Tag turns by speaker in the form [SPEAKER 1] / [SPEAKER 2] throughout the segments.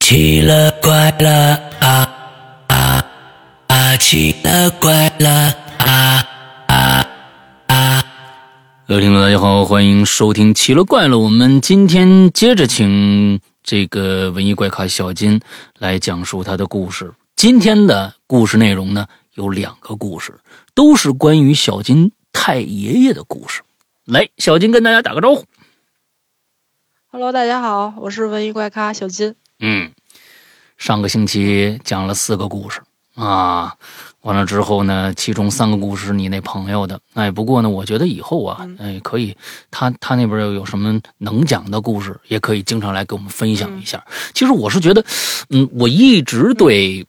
[SPEAKER 1] 奇了怪了啊啊啊！奇了怪了啊啊啊！
[SPEAKER 2] 各位听众，大家好，欢迎收听《奇了怪了》。我们今天接着请这个文艺怪咖小金来讲述他的故事。今天的故事内容呢，有两个故事，都是关于小金太爷爷的故事。来，小金跟大家打个招呼。
[SPEAKER 3] Hello，大家好，我是文艺怪咖小金。
[SPEAKER 2] 嗯，上个星期讲了四个故事啊，完了之后呢，其中三个故事是你那朋友的。哎，不过呢，我觉得以后啊，哎，可以，他他那边有什么能讲的故事，也可以经常来给我们分享一下。其实我是觉得，嗯，我一直对，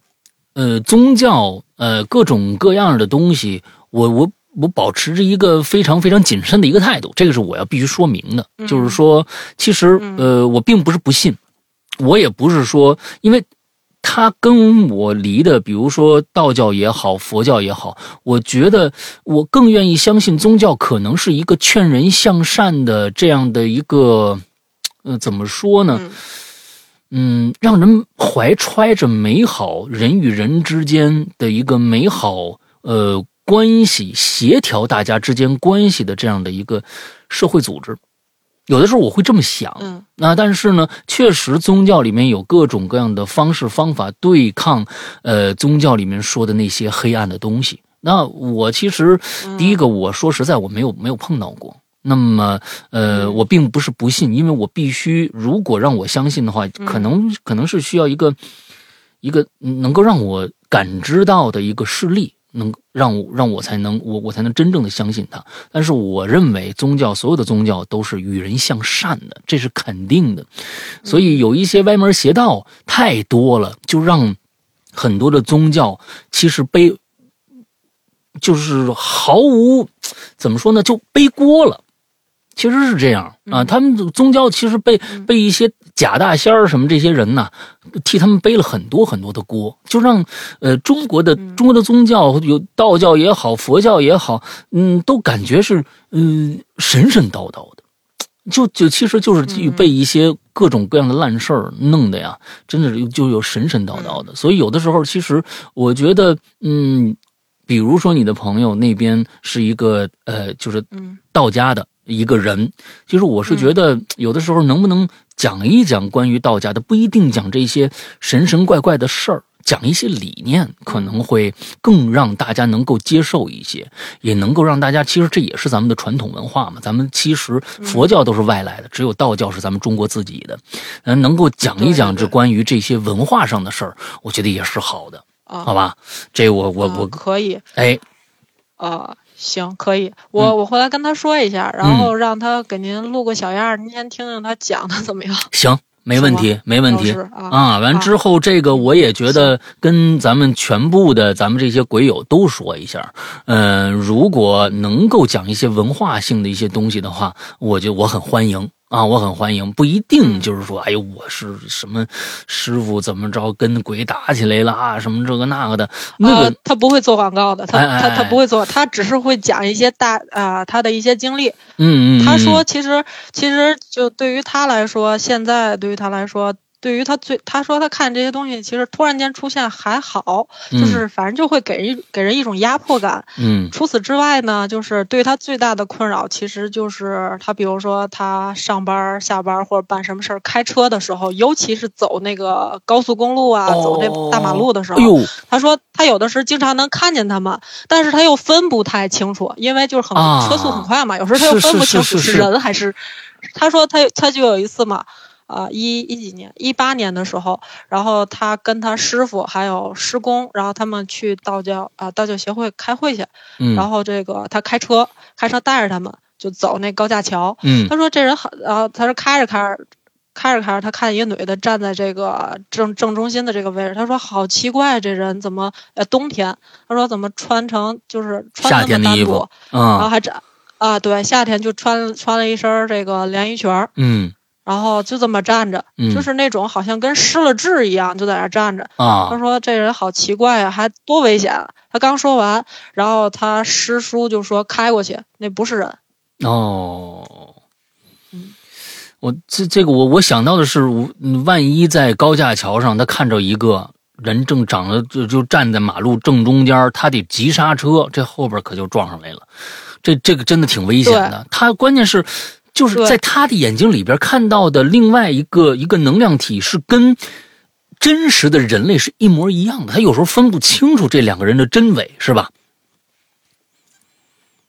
[SPEAKER 2] 呃，宗教，呃，各种各样的东西，我我。我保持着一个非常非常谨慎的一个态度，这个是我要必须说明的。就是说，其实呃，我并不是不信，我也不是说，因为他跟我离的，比如说道教也好，佛教也好，我觉得我更愿意相信宗教可能是一个劝人向善的这样的一个，呃，怎么说呢？
[SPEAKER 3] 嗯
[SPEAKER 2] 嗯，让人怀揣着美好人与人之间的一个美好呃关系，协调大家之间关系的这样的一个社会组织。有的时候我会这么想，
[SPEAKER 3] 嗯，
[SPEAKER 2] 那但是呢，确实宗教里面有各种各样的方式方法对抗，呃，宗教里面说的那些黑暗的东西。那我其实
[SPEAKER 3] 嗯
[SPEAKER 2] 第一个，我说实在我没有没有碰到过。那么，呃，我并不是不信，因为我必须，如果让我相信的话，可能可能是需要一个一个能够让我感知到的一个事例，能让我让我才能我我才能真正的相信它。但是我认为宗教所有的宗教都是与人向善的，这是肯定的。所以有一些歪门邪道太多了，就让很多的宗教其实背就是毫无怎么说呢，就背锅了。其实是这样啊，他们宗教其实被被一些假大仙儿什么这些人呐、替他们背了很多很多的锅，就让呃中国的中国的宗教有道教也好，佛教也好，嗯，都感觉是嗯、神神叨叨的，就就其实就是被一些各种各样的烂事儿弄的呀，真的是就有神神叨叨的，所以有的时候其实我觉得，嗯，比如说你的朋友那边是一个呃，就是
[SPEAKER 3] 嗯
[SPEAKER 2] 道家的一个人，其实我是觉得有的时候能不能讲一讲关于道家的，不一定讲这些神神怪怪的事儿。讲一些理念，可能会更让大家能够接受一些，也能够让大家，其实这也是咱们的传统文化嘛。咱们其实佛教都是外来的，只有道教是咱们中国自己的。嗯，能够讲一讲
[SPEAKER 3] 对对
[SPEAKER 2] 这关于这些文化上的事儿，我觉得也是好的，
[SPEAKER 3] 啊，
[SPEAKER 2] 好吧？这我我
[SPEAKER 3] 啊
[SPEAKER 2] 我，
[SPEAKER 3] 可以
[SPEAKER 2] 哎，
[SPEAKER 3] 啊，行，可以。我
[SPEAKER 2] 嗯
[SPEAKER 3] 我回来跟他说一下，然后让他给您录个小样儿，您先听听他讲的怎么样。
[SPEAKER 2] 行，没问
[SPEAKER 3] 是
[SPEAKER 2] 题，没问题
[SPEAKER 3] 老师啊
[SPEAKER 2] 啊。完之后，这个我也觉得跟咱们全部的咱们这些鬼友都说一下，嗯、如果能够讲一些文化性的一些东西的话，我就我很欢迎。啊，我很欢迎，不一
[SPEAKER 3] 嗯
[SPEAKER 2] 定就是说，哎呦，我是什么师傅怎么着跟鬼打起来了啊，什么这个那个的，那个
[SPEAKER 3] 呃，他不会做广告的，他
[SPEAKER 2] 哎哎
[SPEAKER 3] 他
[SPEAKER 2] 哎
[SPEAKER 3] 他不会做，他只是会讲一些大啊、他的一些经历。
[SPEAKER 2] 嗯嗯，嗯
[SPEAKER 3] 他说，其实其实就对于他来说，现在对于他来说。对于他最，他说他看这些东西，其实突然间出现还好，就
[SPEAKER 2] 嗯
[SPEAKER 3] 是反正就会给人一给人一种压迫感，
[SPEAKER 2] 嗯
[SPEAKER 3] 除此之外呢，就是对他最大的困扰，其实就是他，比如说他上班儿、下班儿或者办什么事儿，开车的时候，尤其是走那个高速公路啊，走那大马路的时候，
[SPEAKER 2] 哎呦
[SPEAKER 3] 他说他有的时候经常能看见他们，但是他又分不太清楚，因为就是很、
[SPEAKER 2] 啊
[SPEAKER 3] 车速很快嘛，有时候他又
[SPEAKER 2] 是是
[SPEAKER 3] 分不清
[SPEAKER 2] 是
[SPEAKER 3] 楚
[SPEAKER 2] 是
[SPEAKER 3] 是人还是。他说他他就有一次嘛，啊、一一几年一八年的时候，然后他跟他师傅还有师公，然后他们去道教啊、道教协会开会去，
[SPEAKER 2] 嗯，
[SPEAKER 3] 然后这个他开车开车带着他们就走那高架桥，
[SPEAKER 2] 嗯
[SPEAKER 3] 他说这人很，然后他说开着开着。开着开着，他看一个女的站在这个正正中心的这个位置，他说：“好奇怪，这人怎么呃冬天？他说怎么穿成就是穿
[SPEAKER 2] 夏
[SPEAKER 3] 那
[SPEAKER 2] 天
[SPEAKER 3] 么
[SPEAKER 2] 的衣
[SPEAKER 3] 单
[SPEAKER 2] 服
[SPEAKER 3] 薄，然后
[SPEAKER 2] 啊
[SPEAKER 3] 还这啊对，夏天就穿穿了一身儿这个连衣裙儿，
[SPEAKER 2] 嗯
[SPEAKER 3] 然后就这么站着，
[SPEAKER 2] 嗯
[SPEAKER 3] 就是那种好像跟失了智一样，就在那儿站着。他
[SPEAKER 2] 啊
[SPEAKER 3] 说这人好奇怪呀、还多危险啊！他刚说完，然后他师叔就说开过去，那不是人。
[SPEAKER 2] 哦，我哦这这个我我想到的是，我嗯万一在高架桥上，他看着一个人正长得就就站在马路正中间，他得急刹车，这后边可就撞上来了。这这个真的挺危险的。他关键是就是
[SPEAKER 3] 对
[SPEAKER 2] 在他的眼睛里边看到的另外一个一个能量体是跟真实的人类是一模一样的，他有时候分不清楚这两个人的真伪，是吧？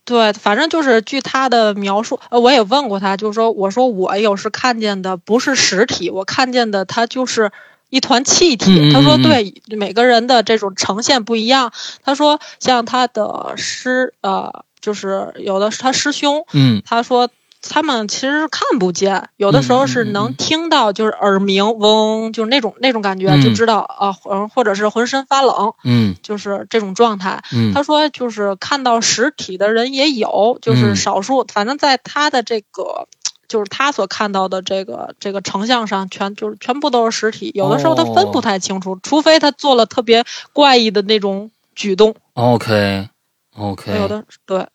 [SPEAKER 3] 对，反正就是据他的描述，呃，我也问过他，就是说，我说我有时看见的不是实体，我看见的它就是一团气体。
[SPEAKER 2] 嗯嗯
[SPEAKER 3] 他说，
[SPEAKER 2] 嗯
[SPEAKER 3] 对，每个人的这种呈现不一样。他说，像他的师，呃，就是有的是他师兄，
[SPEAKER 2] 嗯
[SPEAKER 3] 他说他们其实是看不见，有的时候是
[SPEAKER 2] 嗯嗯嗯
[SPEAKER 3] 能听到，就是耳鸣嗡，就是那种那种感觉，
[SPEAKER 2] 嗯
[SPEAKER 3] 就知道啊，或或者是浑身发冷，
[SPEAKER 2] 嗯
[SPEAKER 3] 就是这种状态。
[SPEAKER 2] 嗯
[SPEAKER 3] 他说就是看到实体的人也有，就
[SPEAKER 2] 嗯
[SPEAKER 3] 是少数，反正在他的这个。就是他所看到的这个这个成像上，全就是全部都是实体，有的时候他分
[SPEAKER 2] 哦
[SPEAKER 3] 不太清楚，除非他做了特别怪异的那种举动，
[SPEAKER 2] ，OK OK，
[SPEAKER 3] 有的对，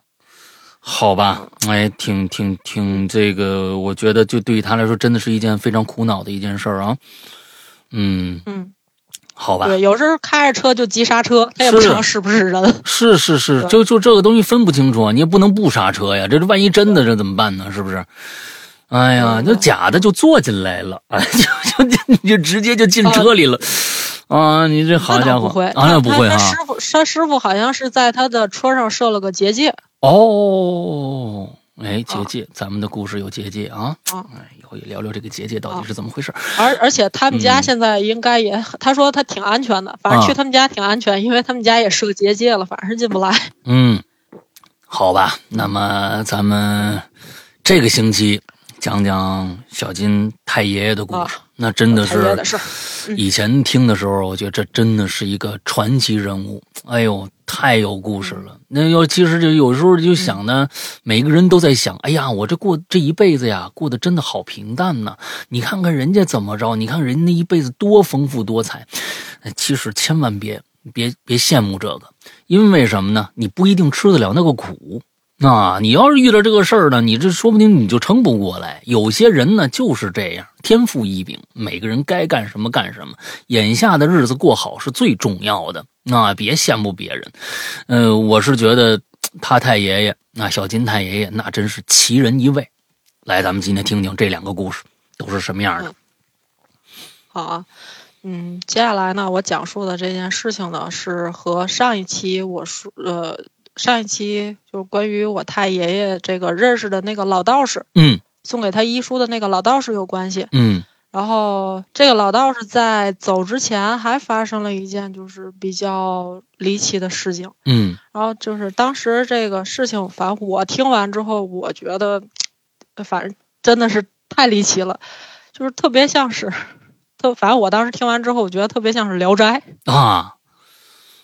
[SPEAKER 2] 好吧，哎，挺挺挺，这个我觉得就对于他来说，真的是一件非常苦恼的一件事儿啊。嗯，
[SPEAKER 3] 嗯，
[SPEAKER 2] 好吧，
[SPEAKER 3] 对，有时候开着车就急刹车，他也不
[SPEAKER 2] 是
[SPEAKER 3] 知道是不是人，
[SPEAKER 2] 是是是，
[SPEAKER 3] 对
[SPEAKER 2] 就就这个东西分不清楚啊，你也不能不刹车呀，这万一真的这怎么办呢？是不是？哎呀，
[SPEAKER 3] 嗯
[SPEAKER 2] 那假的就坐进来了，哎， 就就你就直接就进车里了，啊，你这好
[SPEAKER 3] 那
[SPEAKER 2] 家
[SPEAKER 3] 倒
[SPEAKER 2] 伙
[SPEAKER 3] 不会，，
[SPEAKER 2] 啊，那不会
[SPEAKER 3] 他
[SPEAKER 2] 啊
[SPEAKER 3] 他，师傅，他师傅好像是在他的车上设了个结界，
[SPEAKER 2] 哦，哎，结界，咱们的故事有结界啊，
[SPEAKER 3] 啊
[SPEAKER 2] 哎，以后也聊聊这个结界到底是怎么回事儿。
[SPEAKER 3] 而而且他们家
[SPEAKER 2] 嗯
[SPEAKER 3] 现在应该也，他说他挺安全的，反正
[SPEAKER 2] 啊
[SPEAKER 3] 去他们家挺安全，因为他们家也设结界了，反正是进不来。
[SPEAKER 2] 嗯，好吧，那么咱们这个星期讲讲小金太爷爷的故事。那真的
[SPEAKER 3] 哦太爷爷的
[SPEAKER 2] 是
[SPEAKER 3] 事，
[SPEAKER 2] 以前听的时候，我觉得这真的是一个传奇人物。哎呦，太有故事了。那要其实就有时候就想呢，每个人都在想，哎呀，我这过这一辈子呀，过得真的好平淡呐。你看看人家怎么着，你看人家那一辈子多丰富多彩。呃其实千万别别别羡慕这个，因为什么呢？你不一定吃得了那个苦。啊，你要是遇到这个事儿呢，你这说不定你就撑不过来。有些人呢就是这样，天赋异禀，每个人该干什么干什么。眼下的日子过好是最重要的，啊，别羡慕别人。呃，我是觉得他太爷爷，那小金太爷爷，那真是奇人一位。来，咱们今天听听这两个故事都是什么样的。
[SPEAKER 3] 好啊。嗯，接下来呢，我讲述的这件事情呢，是和上一期我说，呃，上一期就是关于我太爷爷这个认识的那个老道士，
[SPEAKER 2] 嗯
[SPEAKER 3] 送给他遗书的那个老道士有关系。
[SPEAKER 2] 嗯
[SPEAKER 3] 然后这个老道士在走之前还发生了一件就是比较离奇的事情。
[SPEAKER 2] 嗯
[SPEAKER 3] 然后就是当时这个事情，反正我听完之后，我觉得，呃反正真的是太离奇了，就是特别像是，特反正我当时听完之后，我觉得特别像是《聊斋》
[SPEAKER 2] 啊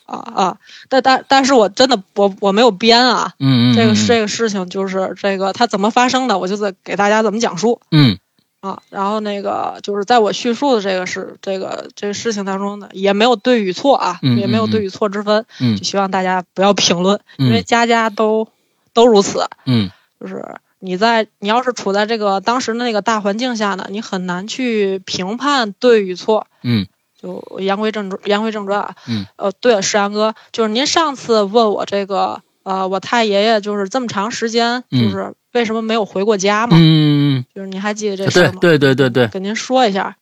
[SPEAKER 3] 啊啊，但但但是我真的我我没有编啊，
[SPEAKER 2] 嗯嗯，
[SPEAKER 3] 这个这
[SPEAKER 2] 个
[SPEAKER 3] 个事情就是这个它怎么发生的，我就在给大家怎么讲述
[SPEAKER 2] 嗯
[SPEAKER 3] 啊。然后那个就是在我叙述的这个事这个这个事情当中呢，也没有对与错啊，
[SPEAKER 2] 嗯
[SPEAKER 3] 也没有对与错之分，
[SPEAKER 2] 嗯
[SPEAKER 3] 就希望大家不要评论，因为
[SPEAKER 2] 嗯
[SPEAKER 3] 家家都都如此。
[SPEAKER 2] 嗯
[SPEAKER 3] 就是你在你要是处在这个当时的那个大环境下呢，你很难去评判对与错。
[SPEAKER 2] 嗯
[SPEAKER 3] 就言归正传，言归正传啊。
[SPEAKER 2] 嗯。
[SPEAKER 3] 呃，对了，石阳哥，就是您上次问我这个，呃，我太爷爷就是这么长时间，
[SPEAKER 2] 嗯
[SPEAKER 3] 就是为什么没有回过家嘛？
[SPEAKER 2] 嗯，
[SPEAKER 3] 就是您还记得这事
[SPEAKER 2] 对
[SPEAKER 3] 儿吗？
[SPEAKER 2] 对对对对，
[SPEAKER 3] 给您说一下。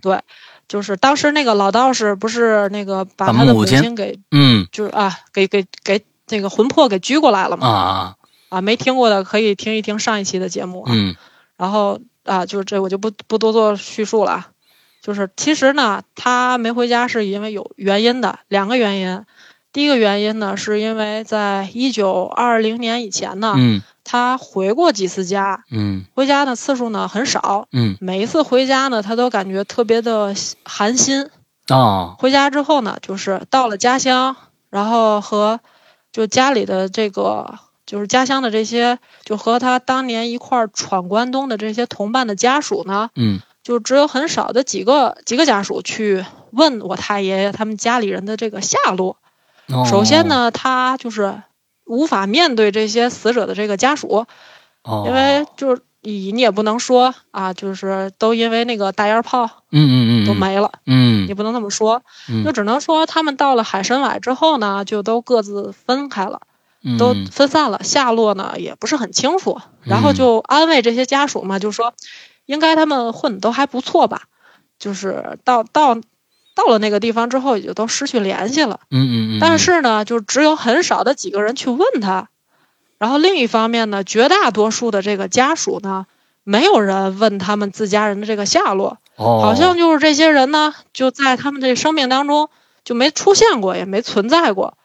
[SPEAKER 3] 对，就是当时那个老道士不是那个把
[SPEAKER 2] 把
[SPEAKER 3] 他的
[SPEAKER 2] 母
[SPEAKER 3] 母
[SPEAKER 2] 亲
[SPEAKER 3] 亲给，
[SPEAKER 2] 嗯
[SPEAKER 3] 就是啊，给给给那个魂魄给拘过来了嘛？
[SPEAKER 2] 啊
[SPEAKER 3] 啊，没听过的可以听一听上一期的节目啊。
[SPEAKER 2] 嗯
[SPEAKER 3] 然后啊，就是这我就不不多做叙述了啊。就是其实呢，他没回家是因为有原因的，两个原因。第一个原因呢，是因为在一九二零年以前呢，
[SPEAKER 2] 嗯
[SPEAKER 3] 他回过几次家，
[SPEAKER 2] 嗯
[SPEAKER 3] 回家的次数呢很少。
[SPEAKER 2] 嗯
[SPEAKER 3] 每一次回家呢，他都感觉特别的寒心。
[SPEAKER 2] 啊
[SPEAKER 3] 回家之后呢，就是到了家乡，然后和就家里的这个就是家乡的这些，就和他当年一块儿闯关东的这些同伴的家属呢，
[SPEAKER 2] 嗯
[SPEAKER 3] 就只有很少的几个几个家属去问我太爷爷他们家里人的这个下落。
[SPEAKER 2] 哦
[SPEAKER 3] 首先，呢，
[SPEAKER 2] 哦
[SPEAKER 3] 他就是无法面对这些死者的这个家属，因为就是你你也不能说啊，就是都因为那个大烟炮
[SPEAKER 2] 嗯嗯嗯，
[SPEAKER 3] 都没了，
[SPEAKER 2] 嗯
[SPEAKER 3] 你不能那么说，
[SPEAKER 2] 嗯
[SPEAKER 3] 就只能说他们到了海参崴之后呢，就都各自分开了，
[SPEAKER 2] 嗯，
[SPEAKER 3] 都分散了，下落呢也不是很清楚，然后
[SPEAKER 2] 嗯
[SPEAKER 3] 就安慰这些家属嘛，就说应该他们混的都还不错吧，就是到到到了那个地方之后也就都失去联系了。
[SPEAKER 2] 嗯嗯嗯，
[SPEAKER 3] 但是呢，就只有很少的几个人去问他。然后另一方面呢，绝大多数的这个家属呢，没有人问他们自家人的这个下落，
[SPEAKER 2] 哦，
[SPEAKER 3] 好像就是这些人呢，就在他们这生命当中就没出现过，也没存在过。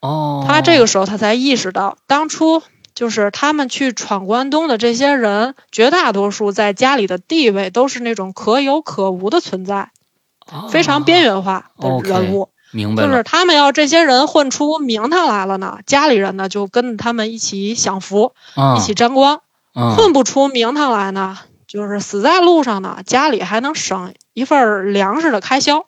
[SPEAKER 2] 哦，
[SPEAKER 3] 他这个时候他才意识到，当初就是他们去闯关东的这些人，绝大多数在家里的地位都是那种可有可无的存在，非常边缘化的
[SPEAKER 2] 哦，OK
[SPEAKER 3] 人物。
[SPEAKER 2] 明白
[SPEAKER 3] 就
[SPEAKER 2] 了
[SPEAKER 3] 是，他们要这些人混出名堂来了呢，家里人呢就跟着他们一起享福，
[SPEAKER 2] 啊
[SPEAKER 3] 一起沾光；
[SPEAKER 2] 啊
[SPEAKER 3] 混不出名堂来呢，就是死在路上呢，家里还能省一份儿粮食的开销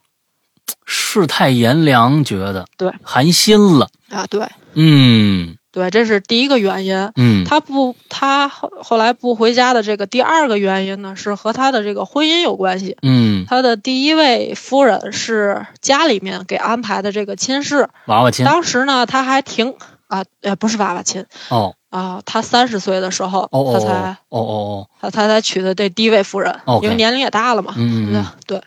[SPEAKER 2] 世态炎凉，觉得
[SPEAKER 3] 对
[SPEAKER 2] 寒心了，
[SPEAKER 3] 啊。对
[SPEAKER 2] 嗯
[SPEAKER 3] 对，这是第一个原因。
[SPEAKER 2] 嗯，
[SPEAKER 3] 他不，他后后来不回家的这个第二个原因呢，是和他的这个婚姻有关系。
[SPEAKER 2] 嗯，
[SPEAKER 3] 他的第一位夫人是家里面给安排的这个亲事，
[SPEAKER 2] 娃娃亲
[SPEAKER 3] 当时呢他还挺啊，呃，不是娃娃亲，
[SPEAKER 2] 哦
[SPEAKER 3] 啊，他三十岁的时候，
[SPEAKER 2] 哦
[SPEAKER 3] 他
[SPEAKER 2] 哦
[SPEAKER 3] 才
[SPEAKER 2] 哦哦
[SPEAKER 3] 他他才娶的这第一位夫人
[SPEAKER 2] OK
[SPEAKER 3] 因为年龄也大了嘛。
[SPEAKER 2] 嗯嗯
[SPEAKER 3] 对对，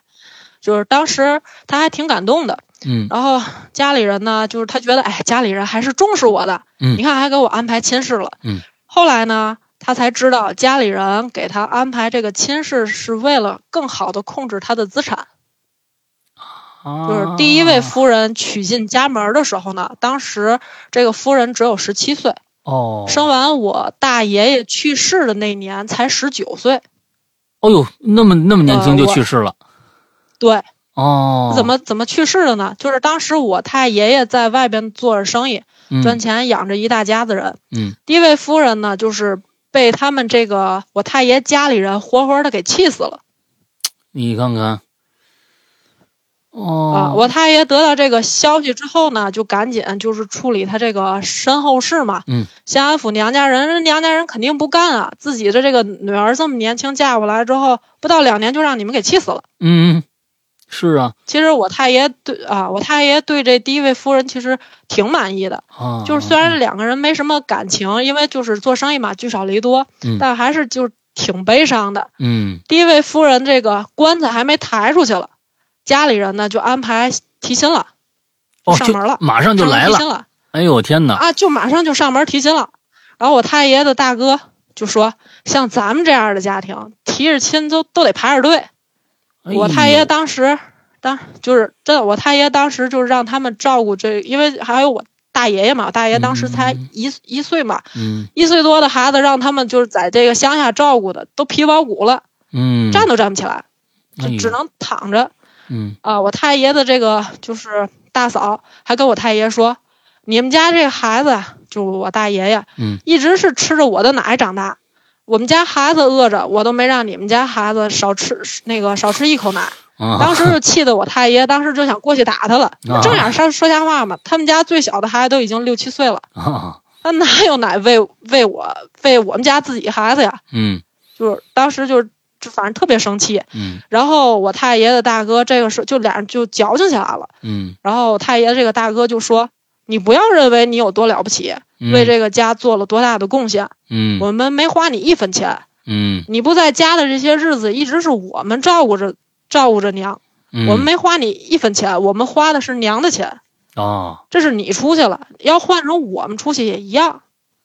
[SPEAKER 3] 就是当时他还挺感动的。
[SPEAKER 2] 嗯
[SPEAKER 3] 然后家里人呢，就是他觉得，哎，家里人还是重视我的。
[SPEAKER 2] 嗯
[SPEAKER 3] 你看还给我安排亲事了。
[SPEAKER 2] 嗯。
[SPEAKER 3] 后来呢，他才知道家里人给他安排这个亲事是为了更好的控制他的资产。
[SPEAKER 2] 嗯，
[SPEAKER 3] 就是第一位
[SPEAKER 2] 啊
[SPEAKER 3] 夫人娶进家门的时候呢，当时这个夫人只有十七岁。
[SPEAKER 2] 哦，
[SPEAKER 3] 生完我大爷爷去世的那年才十九岁，
[SPEAKER 2] 哦呦，那么那么年轻
[SPEAKER 3] 呃
[SPEAKER 2] 就
[SPEAKER 3] 我
[SPEAKER 2] 去世了
[SPEAKER 3] 对，
[SPEAKER 2] 哦，
[SPEAKER 3] 怎么怎么去世的呢？就是当时我太爷爷在外边做着生意，
[SPEAKER 2] 嗯
[SPEAKER 3] 赚钱养着一大家子人。
[SPEAKER 2] 嗯
[SPEAKER 3] 第一位夫人呢，就是被他们这个我太爷家里人活活的给气死了
[SPEAKER 2] 你看看
[SPEAKER 3] 啊！
[SPEAKER 2] 哦
[SPEAKER 3] 我太爷得到这个消息之后呢，就赶紧就是处理他这个身后事嘛，
[SPEAKER 2] 嗯，
[SPEAKER 3] 先安抚娘家人，人娘家人肯定不干啊，自己的这个女儿这么年轻嫁过来之后，不到两年就让你们给气死了。
[SPEAKER 2] 嗯嗯是啊
[SPEAKER 3] 其实我太爷对啊，我太爷对这第一位夫人其实挺满意的，
[SPEAKER 2] 啊
[SPEAKER 3] 就是虽然两个人没什么感情，因为就是做生意嘛，聚少离多
[SPEAKER 2] 嗯，
[SPEAKER 3] 但还是就是挺悲伤的。
[SPEAKER 2] 嗯
[SPEAKER 3] 第一位夫人这个棺材还没抬出去了，家里人呢就安排提亲了，
[SPEAKER 2] 哦
[SPEAKER 3] 上
[SPEAKER 2] 就
[SPEAKER 3] 门了
[SPEAKER 2] 马上就
[SPEAKER 3] 上门
[SPEAKER 2] 来
[SPEAKER 3] 提
[SPEAKER 2] 了
[SPEAKER 3] 亲了
[SPEAKER 2] 哎呦天哪
[SPEAKER 3] 啊，就马上就上门提亲了。然后我太爷的大哥就说，像咱们这样的家庭，提着亲都都得排着队。
[SPEAKER 2] 哎
[SPEAKER 3] 我太爷
[SPEAKER 2] 呦
[SPEAKER 3] 当时当就是真的，我太爷当时就是让他们照顾这，因为还有我大爷爷嘛，我大爷当时才
[SPEAKER 2] 嗯
[SPEAKER 3] 一、一岁嘛，
[SPEAKER 2] 嗯
[SPEAKER 3] 一岁多的孩子让他们就是在这个乡下照顾的，都皮包骨了，
[SPEAKER 2] 嗯
[SPEAKER 3] 站都站不起来，
[SPEAKER 2] 哎
[SPEAKER 3] 就
[SPEAKER 2] 呦
[SPEAKER 3] 只能躺着
[SPEAKER 2] 嗯
[SPEAKER 3] 啊、我太爷的这个就是大嫂还跟我太爷说，你们家这个孩子啊就是我大爷爷，
[SPEAKER 2] 嗯
[SPEAKER 3] 一直是吃着我的奶长大。我们家孩子饿着，我都没让你们家孩子少吃那个少吃一口奶。
[SPEAKER 2] 啊
[SPEAKER 3] 当时就气得我太爷，当时就想过去打他了
[SPEAKER 2] 啊。
[SPEAKER 3] 正眼说说瞎话嘛，他们家最小的孩子都已经六七岁了，
[SPEAKER 2] 啊
[SPEAKER 3] 他哪有奶喂喂我喂我们家自己孩子呀？
[SPEAKER 2] 嗯
[SPEAKER 3] 就是当时就是就反正特别生气。
[SPEAKER 2] 嗯
[SPEAKER 3] 然后我太爷的大哥这个时候就俩人就矫情起来了。
[SPEAKER 2] 嗯
[SPEAKER 3] 然后我太爷这个大哥就说：“你不要认为你有多了不起，
[SPEAKER 2] 嗯
[SPEAKER 3] 为这个家做了多大的贡献，
[SPEAKER 2] 嗯
[SPEAKER 3] 我们没花你一分钱。
[SPEAKER 2] 嗯
[SPEAKER 3] 你不在家的这些日子，一直是我们照顾着照顾着娘。”
[SPEAKER 2] 嗯
[SPEAKER 3] 我们没花你一分钱，我们花的是娘的钱。
[SPEAKER 2] 啊
[SPEAKER 3] 这是你出去了，要换成我们出去也一样。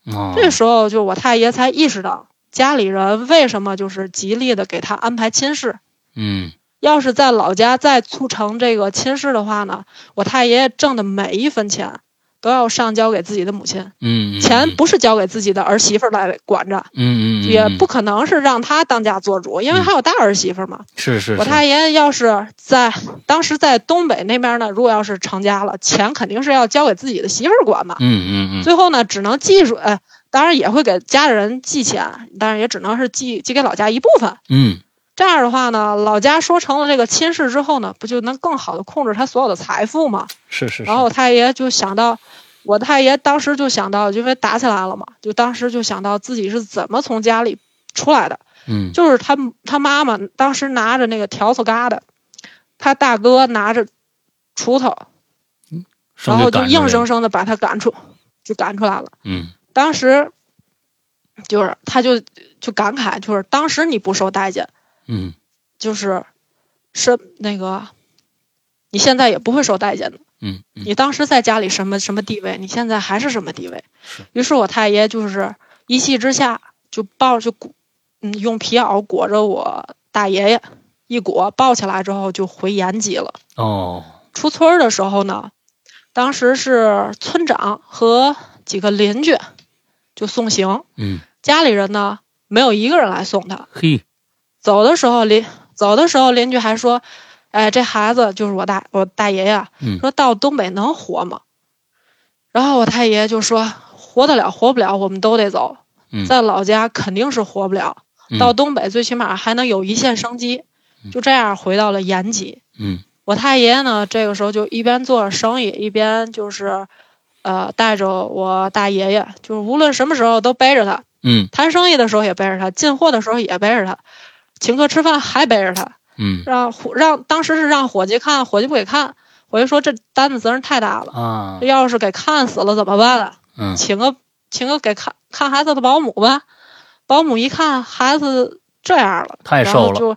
[SPEAKER 2] 啊
[SPEAKER 3] 这时候就我太爷才意识到，家里人为什么就是极力的给他安排亲事。
[SPEAKER 2] 嗯
[SPEAKER 3] 要是在老家再促成这个亲事的话呢，我太爷爷挣的每一分钱都要上交给自己的母亲，
[SPEAKER 2] 嗯嗯
[SPEAKER 3] 钱不是交给自己的儿媳妇儿来管着，
[SPEAKER 2] 嗯嗯嗯
[SPEAKER 3] 也
[SPEAKER 2] 嗯
[SPEAKER 3] 不可能是让她当家做主，因为还有大儿媳妇儿嘛。
[SPEAKER 2] 是是
[SPEAKER 3] 我
[SPEAKER 2] 是
[SPEAKER 3] 太爷要是在当时在东北那边呢，如果要是成家了，钱肯定是要交给自己的媳妇儿管嘛。
[SPEAKER 2] 嗯嗯嗯
[SPEAKER 3] 最后呢，只能寄出，哎，当然也会给家人寄钱，但是也只能是寄寄给老家一部分。
[SPEAKER 2] 嗯
[SPEAKER 3] 这样的话呢，老家说成了这个亲事之后呢，不就能更好的控制他所有的财富嘛？
[SPEAKER 2] 是是是
[SPEAKER 3] 然后我太爷就想到，我太爷当时就想到，因为打起来了嘛，就当时就想到自己是怎么从家里出来的，
[SPEAKER 2] 嗯，
[SPEAKER 3] 就是他他妈妈当时拿着那个笤帚疙瘩，他大哥拿着锄头，然
[SPEAKER 2] 上去
[SPEAKER 3] 后就
[SPEAKER 2] 赶
[SPEAKER 3] 硬
[SPEAKER 2] 人
[SPEAKER 3] 生生的把他赶出，就赶出来了。
[SPEAKER 2] 嗯
[SPEAKER 3] 当时就是他就就感慨，就是当时你不受待见，
[SPEAKER 2] 嗯
[SPEAKER 3] 就是是那个你现在也不会受待见的。
[SPEAKER 2] 嗯嗯
[SPEAKER 3] 你当时在家里什么什么地位，你现在还是什么地位
[SPEAKER 2] 是。
[SPEAKER 3] 于是我太爷就是一气之下就抱就裹，嗯，用皮袄裹着我大爷爷，一裹抱起来之后就回延吉了。
[SPEAKER 2] 哦
[SPEAKER 3] 出村儿的时候呢，当时是村长和几个邻居就送行，
[SPEAKER 2] 嗯
[SPEAKER 3] 家里人呢没有一个人来送他。
[SPEAKER 2] 嘿
[SPEAKER 3] 走的时候邻走的时候邻居还说：“哎，这孩子就是我大我大爷呀、
[SPEAKER 2] 嗯
[SPEAKER 3] 说到东北能活吗？”然后我太爷就说：“活得了，活不了，我们都得走。
[SPEAKER 2] 嗯
[SPEAKER 3] 在老家肯定是活不了，
[SPEAKER 2] 嗯
[SPEAKER 3] 到东北最起码还能有一线生机。
[SPEAKER 2] 嗯
[SPEAKER 3] 就这样回到了延吉。
[SPEAKER 2] 嗯
[SPEAKER 3] 我太爷呢，这个时候就一边做着生意，一边就是，呃，带着我大爷爷，就是无论什么时候都背着他，
[SPEAKER 2] 嗯
[SPEAKER 3] 谈生意的时候也背着他，进货的时候也背着他，请客吃饭还背着他，
[SPEAKER 2] 嗯
[SPEAKER 3] 让伙让当时是让伙计看，伙计不给看，伙计说这单子责任太大了，
[SPEAKER 2] 啊
[SPEAKER 3] 这要是给看死了怎么办啊？
[SPEAKER 2] 嗯
[SPEAKER 3] 请个请个给看看孩子的保姆吧，保姆一看孩子这样了，
[SPEAKER 2] 太
[SPEAKER 3] 然后
[SPEAKER 2] 瘦了
[SPEAKER 3] 就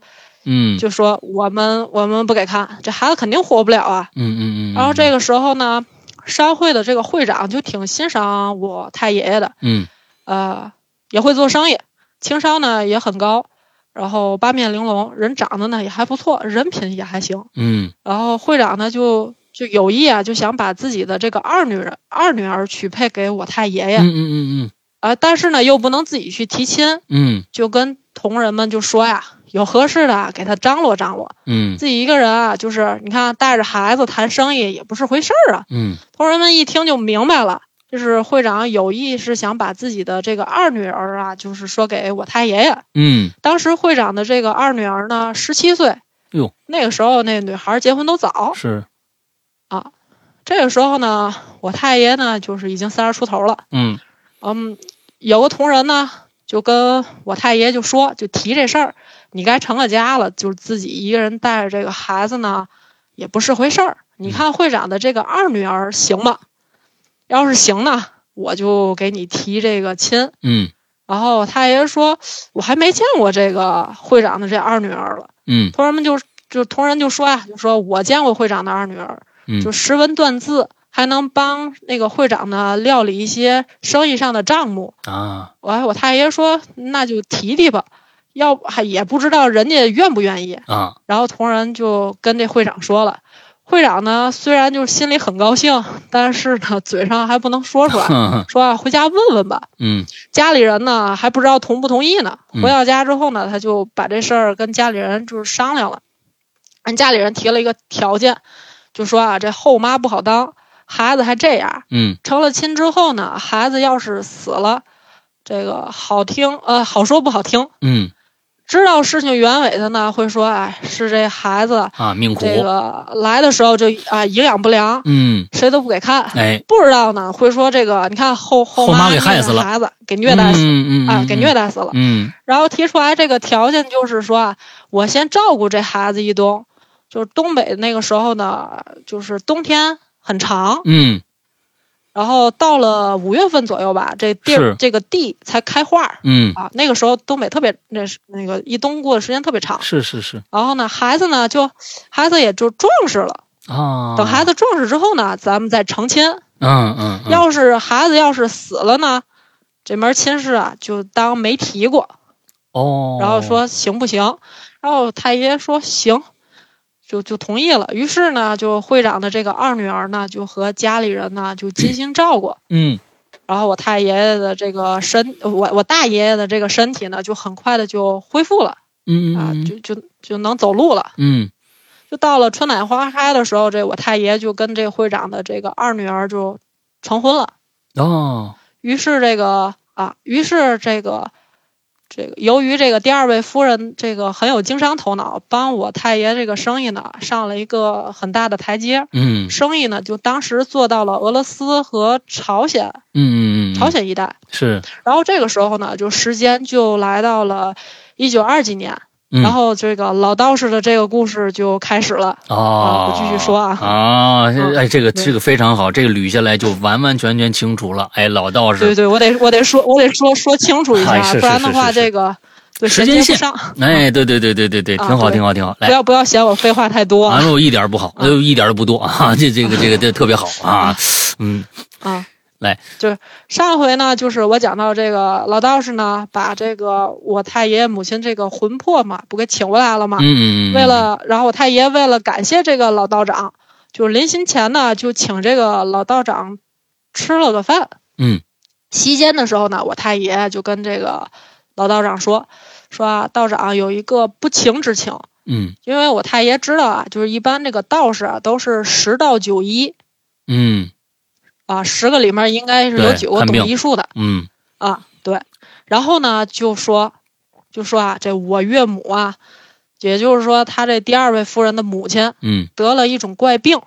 [SPEAKER 2] 嗯
[SPEAKER 3] 就说我们我们不给看，这孩子肯定活不了啊。
[SPEAKER 2] 嗯嗯嗯，
[SPEAKER 3] 然后这个时候呢，商会的这个会长就挺欣赏我太爷爷的，
[SPEAKER 2] 嗯
[SPEAKER 3] 呃，也会做生意，情商呢也很高，然后八面玲珑，人长得呢也还不错，人品也还行。
[SPEAKER 2] 嗯
[SPEAKER 3] 然后会长呢就就有意啊，就想把自己的这个二女儿二女儿许配给我太爷爷，
[SPEAKER 2] 嗯嗯嗯
[SPEAKER 3] 呃，但是呢又不能自己去提亲，
[SPEAKER 2] 嗯
[SPEAKER 3] 就跟同仁们就说呀，有合适的啊给他张罗张罗，
[SPEAKER 2] 嗯
[SPEAKER 3] 自己一个人啊，就是你看带着孩子谈生意也不是回事儿啊。
[SPEAKER 2] 嗯
[SPEAKER 3] 同仁们一听就明白了，就是会长有意是想把自己的这个二女儿啊，就是说给我太爷爷。
[SPEAKER 2] 嗯
[SPEAKER 3] 当时会长的这个二女儿呢，十七岁，
[SPEAKER 2] 哟，
[SPEAKER 3] 那个时候那女孩结婚都早。
[SPEAKER 2] 是
[SPEAKER 3] 这个时候呢，我太爷呢就是已经三十出头了。
[SPEAKER 2] 嗯
[SPEAKER 3] 嗯，有个同仁呢就跟我太爷就说，就提这事儿，你该成了家了，就是自己一个人带着这个孩子呢，也不是回事儿。你看会长的这个二女儿行吗？要是行呢，我就给你提这个亲。
[SPEAKER 2] 嗯
[SPEAKER 3] 然后我太爷说，我还没见过这个会长的这二女儿了。
[SPEAKER 2] 嗯
[SPEAKER 3] 同仁们就就同仁就说啊，就说我见过会长的二女儿，
[SPEAKER 2] 嗯
[SPEAKER 3] 就识文断字，还能帮那个会长呢料理一些生意上的账目。
[SPEAKER 2] 啊
[SPEAKER 3] 我我太爷说那就提提吧，要不还也不知道人家愿不愿意。
[SPEAKER 2] 啊
[SPEAKER 3] 然后同仁就跟这会长说了，会长呢虽然就是心里很高兴，但是呢嘴上还不能说 出来，
[SPEAKER 2] 嗯
[SPEAKER 3] 说啊回家问问吧。
[SPEAKER 2] 嗯
[SPEAKER 3] 家里人呢还不知道同不同意呢。
[SPEAKER 2] 嗯
[SPEAKER 3] 回到家之后呢，他就把这事儿跟家里人就是商量了，跟家里人提了一个条件，就说啊这后妈不好当，孩子还这样，
[SPEAKER 2] 嗯
[SPEAKER 3] 成了亲之后呢，孩子要是死了，这个好听呃好说不好听，
[SPEAKER 2] 嗯
[SPEAKER 3] 知道事情原委的呢会说哎是这孩子
[SPEAKER 2] 啊命苦
[SPEAKER 3] 这个来的时候就啊营养不良，
[SPEAKER 2] 嗯
[SPEAKER 3] 谁都不给看。
[SPEAKER 2] 哎
[SPEAKER 3] 不知道呢，会说这个，你看后后
[SPEAKER 2] 后妈
[SPEAKER 3] 妈
[SPEAKER 2] 给害
[SPEAKER 3] 虐
[SPEAKER 2] 死了
[SPEAKER 3] 孩子给 虐待死
[SPEAKER 2] 嗯嗯
[SPEAKER 3] 啊，给虐待死了。
[SPEAKER 2] 嗯
[SPEAKER 3] 然后提出来这个条件就是说啊，我先照顾这孩子一冬，就是东北那个时候呢，就是冬天很长，
[SPEAKER 2] 嗯
[SPEAKER 3] 然后到了五月份左右吧，这地
[SPEAKER 2] 是
[SPEAKER 3] 儿这个地才开花儿
[SPEAKER 2] 嗯
[SPEAKER 3] 啊。那个时候东北特别那是那个一冬过的时间特别长，
[SPEAKER 2] 是是是
[SPEAKER 3] 然后呢，孩子呢就孩子也就壮实了。
[SPEAKER 2] 啊
[SPEAKER 3] 等孩子壮实之后呢，咱们再成亲。
[SPEAKER 2] 嗯嗯嗯
[SPEAKER 3] 要是孩子要是死了呢，这门亲事啊就当没提过。
[SPEAKER 2] 哦
[SPEAKER 3] 然后说行不行？然后太爷说行，就就同意了。于是呢，就会长的这个二女儿呢，就和家里人呢就精心照顾。
[SPEAKER 2] 嗯
[SPEAKER 3] 然后我太爷爷的这个身，我我大爷爷的这个身体呢，就很快的就恢复了
[SPEAKER 2] 嗯
[SPEAKER 3] 啊，
[SPEAKER 2] 嗯
[SPEAKER 3] 就就就能走路了。
[SPEAKER 2] 嗯
[SPEAKER 3] 就到了春暖花开的时候，这我太爷就跟这会长的这个二女儿就成婚了。
[SPEAKER 2] 哦
[SPEAKER 3] 于是这个啊，于是这个这个由于这个第二位夫人这个很有经商头脑，帮我太爷这个生意呢上了一个很大的台阶，
[SPEAKER 2] 嗯
[SPEAKER 3] 生意呢就当时做到了俄罗斯和朝鲜
[SPEAKER 2] 嗯嗯嗯，
[SPEAKER 3] 朝鲜一带。
[SPEAKER 2] 是，
[SPEAKER 3] 然后这个时候呢，就时间就来到了一九二几年，
[SPEAKER 2] 嗯
[SPEAKER 3] 然后这个老道士的这个故事就开始了。
[SPEAKER 2] 哦，
[SPEAKER 3] 啊我继续说啊
[SPEAKER 2] 啊，这
[SPEAKER 3] 嗯
[SPEAKER 2] 哎，这个
[SPEAKER 3] 对
[SPEAKER 2] 这个非常好，这个捋下来就完完全全清楚了。哎，老道
[SPEAKER 3] 对
[SPEAKER 2] 士，
[SPEAKER 3] 对，我得我得说，我得说说清楚一
[SPEAKER 2] 哎
[SPEAKER 3] 下
[SPEAKER 2] 是，
[SPEAKER 3] 不然
[SPEAKER 2] 是
[SPEAKER 3] 的
[SPEAKER 2] 是
[SPEAKER 3] 话
[SPEAKER 2] 是
[SPEAKER 3] 这个对
[SPEAKER 2] 时
[SPEAKER 3] 衔
[SPEAKER 2] 间
[SPEAKER 3] 接
[SPEAKER 2] 线
[SPEAKER 3] 不上，
[SPEAKER 2] 哎，对对对对对对，
[SPEAKER 3] 啊
[SPEAKER 2] 挺好
[SPEAKER 3] 对
[SPEAKER 2] 挺好挺好。
[SPEAKER 3] 不
[SPEAKER 2] 来，
[SPEAKER 3] 要不要嫌我废话太多
[SPEAKER 2] 完
[SPEAKER 3] 啊
[SPEAKER 2] 了我一点儿不好，呃，一点儿都不多啊，这这个这个这特别 好啊，嗯
[SPEAKER 3] 啊！
[SPEAKER 2] 来，
[SPEAKER 3] 就是上回呢，就是我讲到这个老道士呢，把这个我太爷爷母亲这个魂魄嘛，不给请过来了嘛，
[SPEAKER 2] 嗯嗯，嗯
[SPEAKER 3] 啊为了，然后我太爷为了感谢这个老道长，就是临行前呢，就请这个老道长吃了个饭。
[SPEAKER 2] 嗯，
[SPEAKER 3] 席间的时候呢，我太爷就跟这个老道长说，说啊，道长有一个不情之请，
[SPEAKER 2] 嗯
[SPEAKER 3] 因为我太爷知道啊，就是一般这个道士啊都是十到九医
[SPEAKER 2] 嗯
[SPEAKER 3] 啊，十个里面应该是有
[SPEAKER 2] 对
[SPEAKER 3] 九个
[SPEAKER 2] 看
[SPEAKER 3] 懂
[SPEAKER 2] 病
[SPEAKER 3] 医术的
[SPEAKER 2] 嗯
[SPEAKER 3] 啊，对。然后呢，就说，就说啊，这我岳母啊，也就是说他这第二位夫人的母亲。
[SPEAKER 2] 嗯
[SPEAKER 3] 得了一种怪病，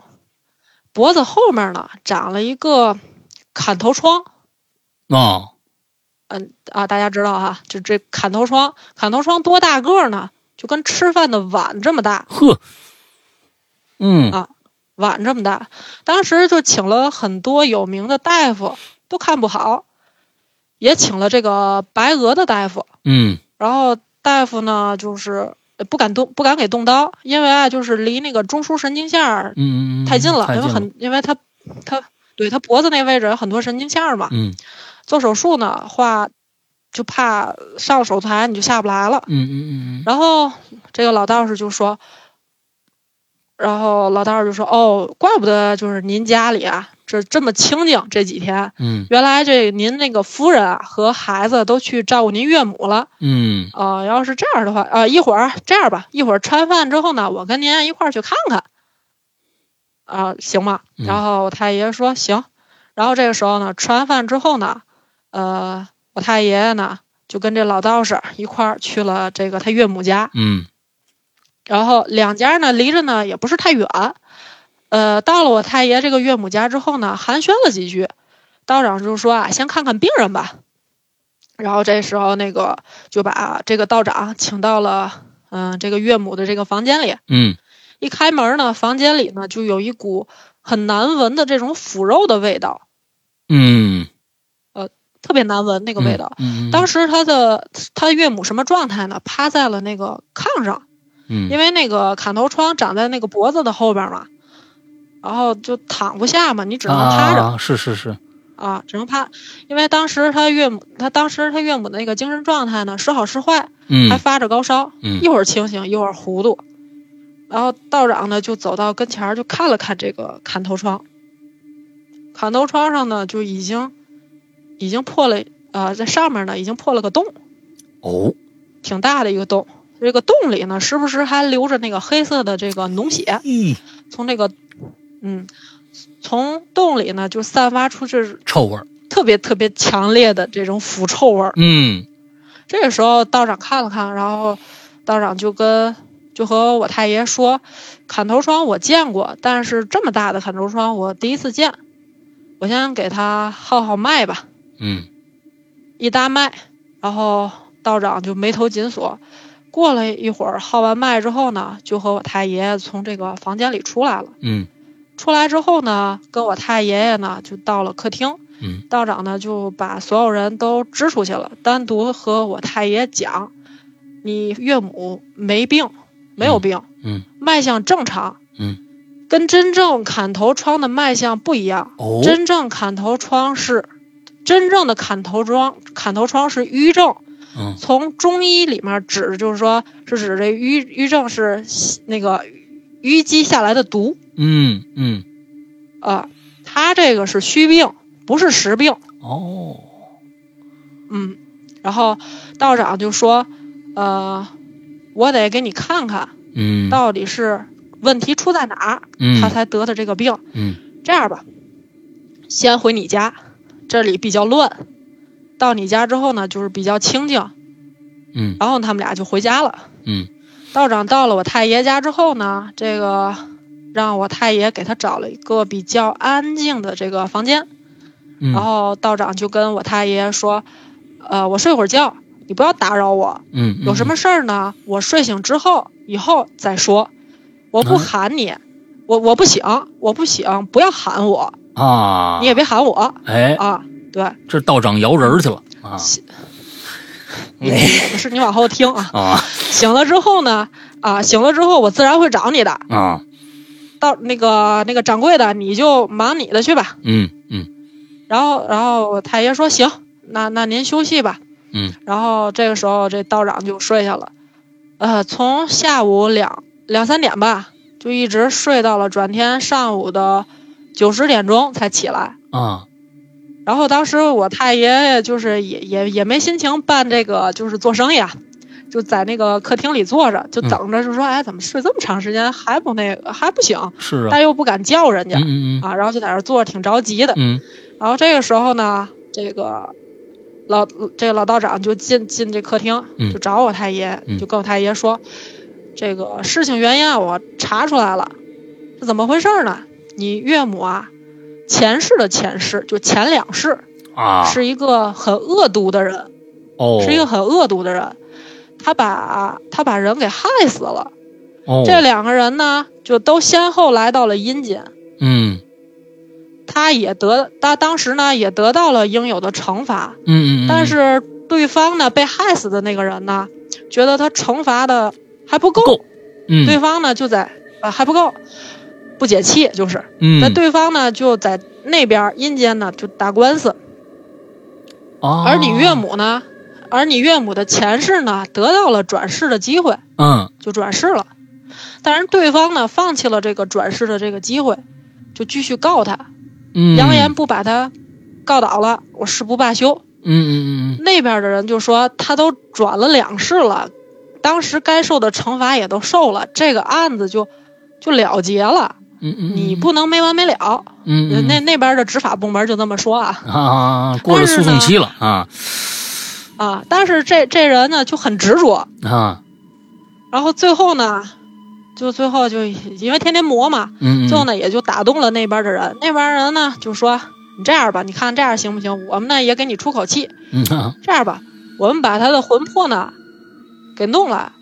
[SPEAKER 3] 脖子后面呢长了一个砍头疮。
[SPEAKER 2] 哦，
[SPEAKER 3] 嗯啊，大家知道哈，就这砍头疮，砍头疮多大个儿呢？就跟吃饭的碗这么大，
[SPEAKER 2] 呵，嗯
[SPEAKER 3] 啊碗这么大。当时就请了很多有名的大夫，都看不好，也请了这个白俄的大夫。
[SPEAKER 2] 嗯
[SPEAKER 3] 然后大夫呢，就是呃不敢动，不敢给动刀，因为啊，就是离那个中枢神经线儿
[SPEAKER 2] 嗯嗯，嗯
[SPEAKER 3] 太近了，
[SPEAKER 2] 太
[SPEAKER 3] 因为
[SPEAKER 2] 近了，
[SPEAKER 3] 很因为他他对他脖子那位置有很多神经线儿嘛，
[SPEAKER 2] 嗯
[SPEAKER 3] 做手术呢话就怕上手术台你就下不来了。
[SPEAKER 2] 嗯嗯嗯嗯
[SPEAKER 3] 然后这个老道士就说，然后老道士就说哦，怪不得就是您家里啊这这么清静这几天。
[SPEAKER 2] 嗯
[SPEAKER 3] 原来这您那个夫人啊和孩子都去照顾您岳母了
[SPEAKER 2] 嗯嗯，
[SPEAKER 3] 啊、要是这样的话啊、一会儿这样吧，一会儿吃完饭之后呢，我跟您一块儿去看看啊、行吗？
[SPEAKER 2] 嗯
[SPEAKER 3] 然后我太爷说行。然后这个时候呢，吃完饭之后呢，呃，我太爷爷呢就跟这老道士一块儿去了这个他岳母家，
[SPEAKER 2] 嗯
[SPEAKER 3] 然后两家呢离着呢也不是太远，呃，到了我太爷这个岳母家之后呢，寒暄了几句，道长就说啊，先看看病人吧。然后这时候那个就把这个道长请到了嗯、这个岳母的这个房间里，
[SPEAKER 2] 嗯
[SPEAKER 3] 一开门呢，房间里呢就有一股很难闻的这种腐肉的味道，
[SPEAKER 2] 嗯，
[SPEAKER 3] 特别难闻那个味道。
[SPEAKER 2] 嗯，嗯，
[SPEAKER 3] 当
[SPEAKER 2] 时
[SPEAKER 3] 时他的他岳母什么状态呢？趴在了那个炕上，
[SPEAKER 2] 嗯
[SPEAKER 3] 因为那个砍头疮长在那个脖子的后边嘛，然后就躺不下嘛，你只能趴着
[SPEAKER 2] 啊，是是是，
[SPEAKER 3] 啊只能趴。因为当时他岳母，他当时他岳母的那个精神状态呢，时好时坏，
[SPEAKER 2] 嗯
[SPEAKER 3] 还发着高烧，
[SPEAKER 2] 嗯
[SPEAKER 3] 一会儿清醒，一会儿糊涂。然后道长呢就走到跟前儿，就看了看这个砍头疮。砍头疮上呢就已经已经破了，呃，在上面呢已经破了个洞，
[SPEAKER 2] 哦，
[SPEAKER 3] 挺大的一个洞。这个洞里呢，时不时还流着那个黑色的这个脓血。
[SPEAKER 2] 咦，
[SPEAKER 3] 从这个，嗯，从洞里呢就散发出这
[SPEAKER 2] 臭味儿，
[SPEAKER 3] 特别特别强烈的这种腐臭味儿。
[SPEAKER 2] 嗯
[SPEAKER 3] 这个时候道长看了看，然后道长就跟就和我太爷说，砍头疮我见过，但是这么大的砍头疮我第一次见，我先给他号号脉吧，
[SPEAKER 2] 嗯
[SPEAKER 3] 一搭脉，然后道长就眉头紧锁。过了一会儿，号完脉之后呢，就和我太爷从这个房间里出来了。
[SPEAKER 2] 嗯
[SPEAKER 3] 出来之后呢，跟我太爷爷呢就到了客厅，
[SPEAKER 2] 嗯
[SPEAKER 3] 道长呢就把所有人都支出去了，单独和我太爷讲，你岳母没病，没有病，
[SPEAKER 2] 嗯
[SPEAKER 3] 脉象正常，
[SPEAKER 2] 嗯，
[SPEAKER 3] 跟真正砍头疮的脉象不一样，
[SPEAKER 2] 哦，
[SPEAKER 3] 真正砍头疮是。真正的砍头疮，砍头疮是瘀症，
[SPEAKER 2] 嗯
[SPEAKER 3] 从中医里面指，就是说是指这瘀瘀症是那个淤积下来的毒。
[SPEAKER 2] 嗯嗯，
[SPEAKER 3] 啊，他这个是虚病，不是实病。
[SPEAKER 2] 哦，
[SPEAKER 3] 嗯，然后道长就说，呃，我得给你看看
[SPEAKER 2] 嗯，
[SPEAKER 3] 到底是问题出在哪儿，
[SPEAKER 2] 嗯
[SPEAKER 3] 他才得的这个病。
[SPEAKER 2] 嗯
[SPEAKER 3] 这样吧，先回你家，这里比较乱。到你家之后呢，就是比较清静，
[SPEAKER 2] 嗯
[SPEAKER 3] 然后他们俩就回家了。
[SPEAKER 2] 嗯
[SPEAKER 3] 道长到了我太爷家之后呢，这个让我太爷给他找了一个比较安静的这个房间，
[SPEAKER 2] 嗯，
[SPEAKER 3] 然后道长就跟我太爷说：“呃，我睡会儿觉，你不要打扰我。
[SPEAKER 2] 嗯
[SPEAKER 3] 有什么事儿呢？我睡醒之后，以后再说。我不
[SPEAKER 2] 嗯
[SPEAKER 3] 喊你，我我不醒，我不醒，不要喊我，
[SPEAKER 2] 啊？
[SPEAKER 3] 你也别喊我
[SPEAKER 2] 哎，
[SPEAKER 3] 啊。对，
[SPEAKER 2] 这道长摇人儿去了啊
[SPEAKER 3] 你你是你往后听啊。
[SPEAKER 2] 啊
[SPEAKER 3] 醒了之后呢，啊，醒了之后我自然会找你的。
[SPEAKER 2] 啊！
[SPEAKER 3] 到那个那个掌柜的，你就忙你的去吧。
[SPEAKER 2] 嗯嗯
[SPEAKER 3] 然后，然后我太爷说行，那那您休息吧。
[SPEAKER 2] 嗯，
[SPEAKER 3] 然后这个时候这道长就睡下了，呃，从下午两两三点吧，就一直睡到了转天上午的九十点钟才起来。
[SPEAKER 2] 啊
[SPEAKER 3] 然后当时我太爷爷就是也也也没心情办这个，就是做生意啊，就在那个客厅里坐着，就
[SPEAKER 2] 嗯
[SPEAKER 3] 等着，就说、哎，怎么睡这么长时间还不那个还不醒，
[SPEAKER 2] 是啊，
[SPEAKER 3] 但啊又不敢叫人家、
[SPEAKER 2] 嗯嗯
[SPEAKER 3] 啊，然后就在那儿坐着，挺着急的。
[SPEAKER 2] 嗯
[SPEAKER 3] 然后这个时候呢，这个老这个老道长就进进这客厅，
[SPEAKER 2] 嗯
[SPEAKER 3] 就找我太爷，
[SPEAKER 2] 嗯
[SPEAKER 3] 就跟我太爷说，这个事情原因啊，我查出来了，是怎么回事呢？你岳母啊，前世的前世，就前两世，
[SPEAKER 2] 嗯啊，
[SPEAKER 3] 是一个很恶毒的人，
[SPEAKER 2] 哦，
[SPEAKER 3] 是一个很恶毒的人，他把他把人给害死了。
[SPEAKER 2] 哦，
[SPEAKER 3] 这两个人呢，就都先后来到了阴间。
[SPEAKER 2] 嗯
[SPEAKER 3] 他也得，他当时呢也得到了应有的惩罚，
[SPEAKER 2] 嗯嗯，嗯
[SPEAKER 3] 但是对方呢，被害死的那个人呢，觉得他惩罚的还不够，
[SPEAKER 2] 够嗯
[SPEAKER 3] 对方呢就在啊还不够，不解气就是。
[SPEAKER 2] 嗯
[SPEAKER 3] 那对方呢就在那边阴间呢就打官司，
[SPEAKER 2] 哦啊，
[SPEAKER 3] 而你岳母呢，而你岳母的前世呢得到了转世的机会，
[SPEAKER 2] 嗯
[SPEAKER 3] 就转世了，但是对方呢放弃了这个转世的这个机会，就继续告他，
[SPEAKER 2] 嗯
[SPEAKER 3] 扬言不把他告倒了，我誓不罢休。
[SPEAKER 2] 嗯嗯嗯嗯
[SPEAKER 3] 那边的人就说他都转了两世了，当时该受的惩罚也都受了，这个案子就就了结了，
[SPEAKER 2] 嗯嗯，
[SPEAKER 3] 你不能没完没了。
[SPEAKER 2] 嗯嗯
[SPEAKER 3] 那那边的执法部门就这么说啊
[SPEAKER 2] 啊过了诉讼期了啊
[SPEAKER 3] 啊！但是这这人呢就很执着，
[SPEAKER 2] 啊
[SPEAKER 3] 然后最后呢，就最后就因为天天磨嘛，
[SPEAKER 2] 嗯嗯，
[SPEAKER 3] 最后呢也就打动了那边的人，那边人呢就说你这样吧，你看这样行不行？我们呢也给你出口气，
[SPEAKER 2] 嗯啊
[SPEAKER 3] 这样吧，我们把他的魂魄呢给弄来，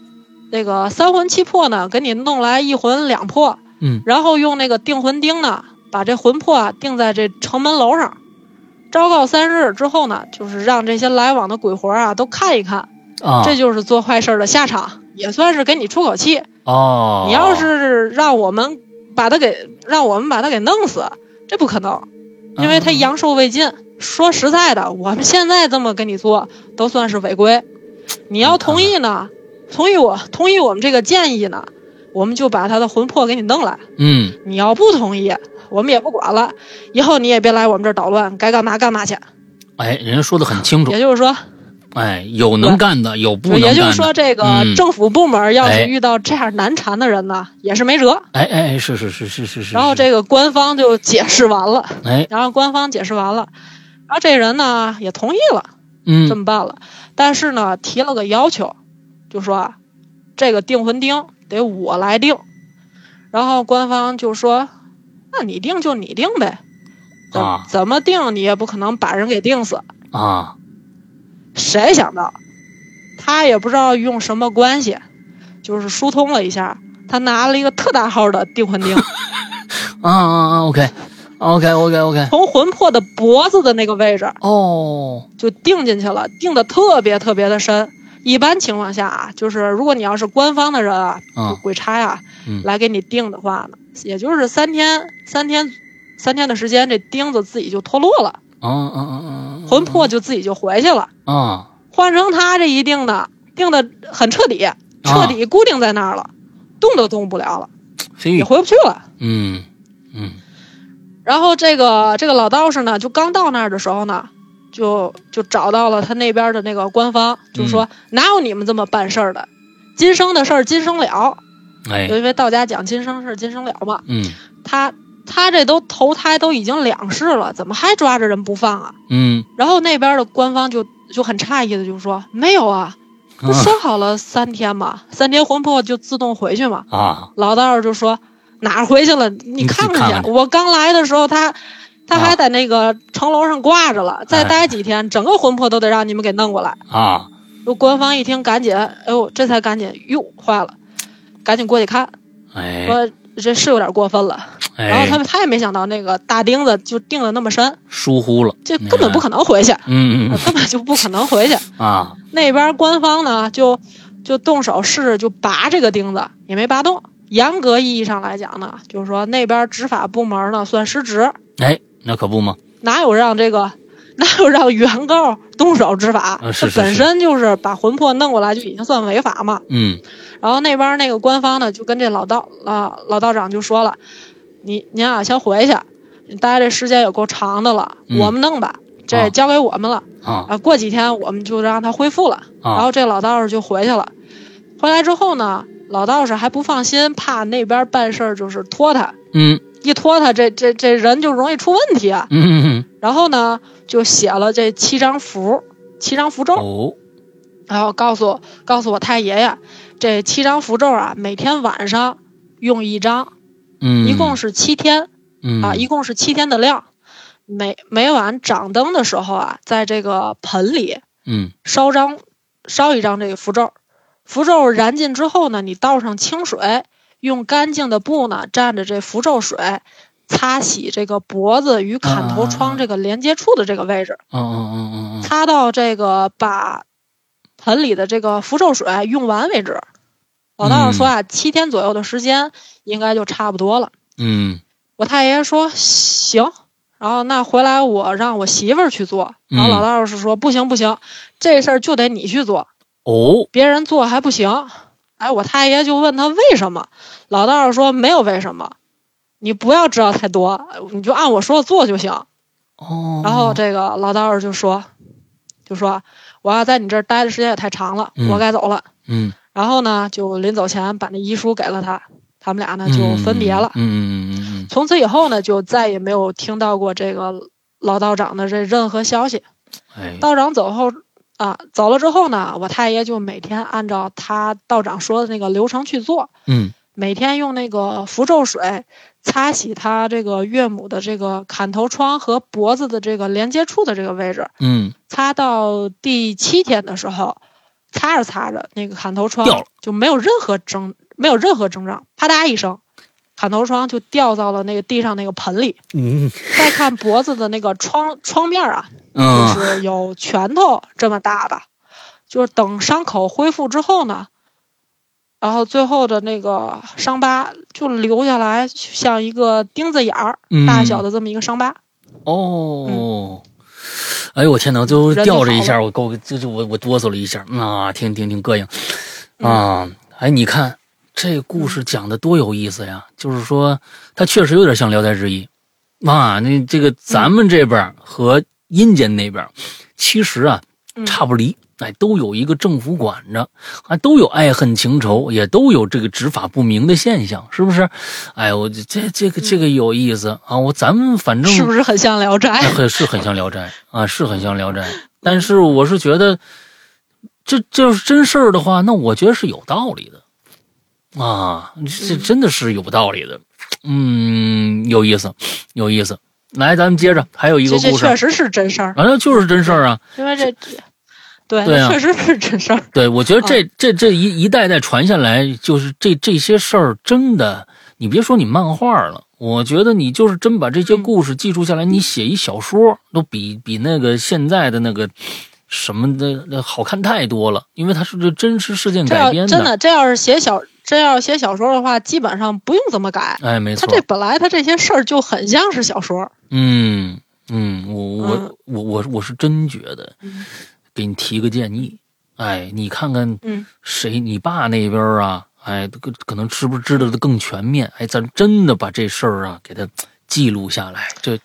[SPEAKER 3] 那个三魂七魄呢给你弄来一魂两魄，
[SPEAKER 2] 嗯
[SPEAKER 3] 然后用那个定魂钉呢把这魂魄啊钉在这城门楼上，昭告三日之后呢，就是让这些来往的鬼魂啊都看一看，
[SPEAKER 2] 啊
[SPEAKER 3] 这就是做坏事儿的下场，也算是给你出口气。
[SPEAKER 2] 哦，
[SPEAKER 3] 你要是让我们把他给让我们把他给弄死，这不可能，因为
[SPEAKER 2] 嗯
[SPEAKER 3] 他阳寿未尽。说实在的，我们现在这么跟你做，都算是违规。你要同意呢，同意我同意我们这个建议呢，我们就把他的魂魄给你弄来。
[SPEAKER 2] 嗯
[SPEAKER 3] 你要不同意，我们也不管了，以后你也别来我们这儿捣乱，该干嘛干嘛去。
[SPEAKER 2] 哎，人家说的很清楚
[SPEAKER 3] 也，就是说，
[SPEAKER 2] 哎，有能干的，有不能
[SPEAKER 3] 也
[SPEAKER 2] 干的，
[SPEAKER 3] 就是说，这个
[SPEAKER 2] 嗯
[SPEAKER 3] 政府部门要
[SPEAKER 2] 哎
[SPEAKER 3] 是遇到这样难缠的人呢，也是没辙。
[SPEAKER 2] 哎哎哎，是是是是是是，
[SPEAKER 3] 然后
[SPEAKER 2] 是
[SPEAKER 3] 这个官方就解释完了。
[SPEAKER 2] 哎
[SPEAKER 3] 然后官方解释完了，然后这人呢也同意了，这
[SPEAKER 2] 嗯
[SPEAKER 3] 么办了，但是呢提了个要求，就说啊这个订婚钉得我来定，然后官方就说，那你定就你定呗，怎
[SPEAKER 2] 啊
[SPEAKER 3] 怎么定你也不可能把人给定死，
[SPEAKER 2] 啊
[SPEAKER 3] 谁想到，他也不知道用什么关系，就是疏通了一下，他拿了一个特大号的 订婚钉，
[SPEAKER 2] 啊啊啊，OK OK OK OK，
[SPEAKER 3] 从魂魄的脖子的那个位置。
[SPEAKER 2] 哦
[SPEAKER 3] 就定进去了，定的特别特别的深。一般情况下啊，就是如果你要是官方的人啊，
[SPEAKER 2] 啊
[SPEAKER 3] 就鬼差啊，
[SPEAKER 2] 嗯
[SPEAKER 3] 来给你定的话呢，也就是三天、三天、三天的时间，这钉子自己就脱落了，
[SPEAKER 2] 啊啊啊
[SPEAKER 3] 魂魄就自己就回去了。
[SPEAKER 2] 啊啊
[SPEAKER 3] 换成他这一定呢，定的很彻底，
[SPEAKER 2] 啊
[SPEAKER 3] 彻底固定在那儿了，动都动不了了，
[SPEAKER 2] 嘿
[SPEAKER 3] 也回不去了。
[SPEAKER 2] 嗯嗯
[SPEAKER 3] 然后这个这个老道士呢，就刚到那儿的时候呢，就就找到了他那边的那个官方，就说、
[SPEAKER 2] 嗯
[SPEAKER 3] 哪有你们这么办事儿的，今生的事儿今生了，
[SPEAKER 2] 哎
[SPEAKER 3] 就因为道家讲今生事儿今生了嘛。
[SPEAKER 2] 嗯
[SPEAKER 3] 他他这都投胎都已经两世了，怎么还抓着人不放啊？
[SPEAKER 2] 嗯
[SPEAKER 3] 然后那边的官方就就很诧异的就说没有啊，
[SPEAKER 2] 嗯
[SPEAKER 3] 不说好了三天嘛，三天魂魄就自动回去嘛。
[SPEAKER 2] 啊，
[SPEAKER 3] 老道士就说哪儿回去了？
[SPEAKER 2] 你自己
[SPEAKER 3] 你看
[SPEAKER 2] 看
[SPEAKER 3] 看
[SPEAKER 2] 看啊
[SPEAKER 3] 去，
[SPEAKER 2] 去
[SPEAKER 3] 我刚来的时候他。他还在那个城楼上挂着了，
[SPEAKER 2] 哎
[SPEAKER 3] 再待几天，整个魂魄都得让你们给弄过来。
[SPEAKER 2] 啊，
[SPEAKER 3] 官方一听，赶紧，哎呦，这才赶紧，哟，坏了，赶紧过去看，
[SPEAKER 2] 哎，
[SPEAKER 3] 说这是有点过分了。然后他
[SPEAKER 2] 哎，
[SPEAKER 3] 们他也没想到那个大钉子就钉的那么深，
[SPEAKER 2] 疏忽了，
[SPEAKER 3] 这根本不可能回去，
[SPEAKER 2] 嗯嗯
[SPEAKER 3] 根本就不可能回去。
[SPEAKER 2] 嗯啊，
[SPEAKER 3] 那边官方呢，就就动手试着就拔这个钉子，也没拔动。严格意义上来讲呢，就是说那边执法部门呢算失职，
[SPEAKER 2] 哎，那可不嘛，
[SPEAKER 3] 哪有让这个哪有让原告动手执法？
[SPEAKER 2] 啊是是
[SPEAKER 3] 这本
[SPEAKER 2] 是
[SPEAKER 3] 身就是把魂魄弄过来就已经算违法嘛。
[SPEAKER 2] 嗯
[SPEAKER 3] 然后那边那个官方呢，就跟这老道啊、老道长就说了：“你您啊，先回去，你待这时间也够长的了，
[SPEAKER 2] 嗯
[SPEAKER 3] 我们弄吧，
[SPEAKER 2] 啊
[SPEAKER 3] 这交给我们了
[SPEAKER 2] 啊
[SPEAKER 3] 啊。过几天我们就让他恢复了。”然
[SPEAKER 2] 啊
[SPEAKER 3] 后这老道士就回去了。回来之后呢，老道士还不放心，怕那边办事儿就是拖他，
[SPEAKER 2] 嗯
[SPEAKER 3] 一拖他这这这人就容易出问题啊。
[SPEAKER 2] 嗯嗯嗯，
[SPEAKER 3] 然后呢，就写了这七张符，七张符咒。
[SPEAKER 2] 哦，
[SPEAKER 3] 然后告诉告诉我太爷爷，这七张符咒啊，每天晚上用一张，
[SPEAKER 2] 嗯，
[SPEAKER 3] 一共是七天、
[SPEAKER 2] 嗯
[SPEAKER 3] 啊，一共是七天的量。每每晚掌灯的时候啊，在这个盆里
[SPEAKER 2] 嗯
[SPEAKER 3] 烧张烧一张这个符咒，符咒燃尽之后呢，你倒上清水，用干净的布呢蘸着这符咒水。擦洗这个脖子与砍头
[SPEAKER 2] 啊
[SPEAKER 3] 疮这个连接处的这个位置，
[SPEAKER 2] 嗯嗯嗯嗯嗯，
[SPEAKER 3] 擦到这个把盆里的这个符咒水用完为止。老道士说啊，七天左右的时间应该就差不多了。
[SPEAKER 2] 嗯
[SPEAKER 3] 我太爷说行，然后那回来我让我媳妇儿去做。
[SPEAKER 2] 嗯
[SPEAKER 3] 然后老道士说不行不行，这事儿就得你去做，
[SPEAKER 2] 哦，
[SPEAKER 3] 别人做还不行。哎，我太爷就问他为什么，老道士说没有为什么，你不要知道太多，你就按我说的做就行。
[SPEAKER 2] 哦，
[SPEAKER 3] 然后这个老道士就说，就说我要在你这儿待的时间也太长了，
[SPEAKER 2] 嗯
[SPEAKER 3] 我该走了。
[SPEAKER 2] 嗯，
[SPEAKER 3] 然后呢，就临走前把那遗书给了他，他们俩呢就分别了。
[SPEAKER 2] 嗯嗯嗯嗯，
[SPEAKER 3] 从此以后呢，就再也没有听到过这个老道长的这任何消息。
[SPEAKER 2] 哎，
[SPEAKER 3] 道长走后啊，走了之后呢，我太爷就每天按照他道长说的那个流程去做，
[SPEAKER 2] 嗯
[SPEAKER 3] 每天用那个符咒水擦洗他这个岳母的这个砍头疮和脖子的这个连接处的这个位置。
[SPEAKER 2] 嗯
[SPEAKER 3] 擦到第七天的时候，擦着擦着，那个砍头
[SPEAKER 2] 掉
[SPEAKER 3] 疮
[SPEAKER 2] 了
[SPEAKER 3] 就没有任何征，没有任何征兆，啪嗒一声，砍头疮就掉到了那个地上那个盆里。
[SPEAKER 2] 嗯
[SPEAKER 3] 再看脖子的那个窗窗面啊，就
[SPEAKER 2] 嗯，
[SPEAKER 3] 是有拳头这么大吧。就是等伤口恢复之后呢，然后最后的那个伤疤就留下来，像一个钉子眼儿
[SPEAKER 2] 嗯
[SPEAKER 3] 大小的这么一个伤疤。
[SPEAKER 2] 哦。哎呦我天哪！就吊着一下，我够就就我我哆嗦了一下，啊，挺挺挺膈应啊！哎，你看这故事讲的多有意思呀！就是说，它确实有点像《聊斋志异》啊。那这个咱们这边和阴间那边，其实啊
[SPEAKER 3] 嗯
[SPEAKER 2] 差不离，哎，都有一个政府管着，啊，都有爱恨情仇，也都有这个执法不明的现象，是不是？哎，我这这这个这个有意思啊！我咱们反正
[SPEAKER 3] 是不是很像《聊斋
[SPEAKER 2] 哎，》？很是很像《聊斋》啊，是很像《聊斋》，但是我是觉得，这这要是真事儿的话，那我觉得是有道理的啊，这真的是有道理的，嗯，有意思，有意思。来，咱们接着，还有一个
[SPEAKER 3] 这这
[SPEAKER 2] 故事
[SPEAKER 3] 确，实是真事儿。
[SPEAKER 2] 反正就是真事儿啊。
[SPEAKER 3] 因为这，这对，
[SPEAKER 2] 对啊
[SPEAKER 3] 确实是真事儿。
[SPEAKER 2] 对，我觉得这、
[SPEAKER 3] 嗯
[SPEAKER 2] 这这一一代代传下来，就是这这些事儿，真的，你别说你漫画了，我觉得你就是真把这
[SPEAKER 3] 嗯
[SPEAKER 2] 些故事记住下来，你写一小说都比比那个现在的那个什么的那好看太多了，因为它是这真实事件
[SPEAKER 3] 这
[SPEAKER 2] 改
[SPEAKER 3] 要
[SPEAKER 2] 编
[SPEAKER 3] 真的，这要是写小，真要是写小说的话，基本上不用怎么改。
[SPEAKER 2] 哎，没
[SPEAKER 3] 他
[SPEAKER 2] 错，
[SPEAKER 3] 这本来他这些事儿就很像是小说。
[SPEAKER 2] 嗯嗯，我我、
[SPEAKER 3] 嗯
[SPEAKER 2] 我我我是真觉得
[SPEAKER 3] 嗯，
[SPEAKER 2] 给你提个建议，哎，你看看
[SPEAKER 3] 嗯
[SPEAKER 2] 谁你爸那边儿啊，哎，可可能知不知道的更全面？哎，咱真的把这事儿啊给他记录下来，这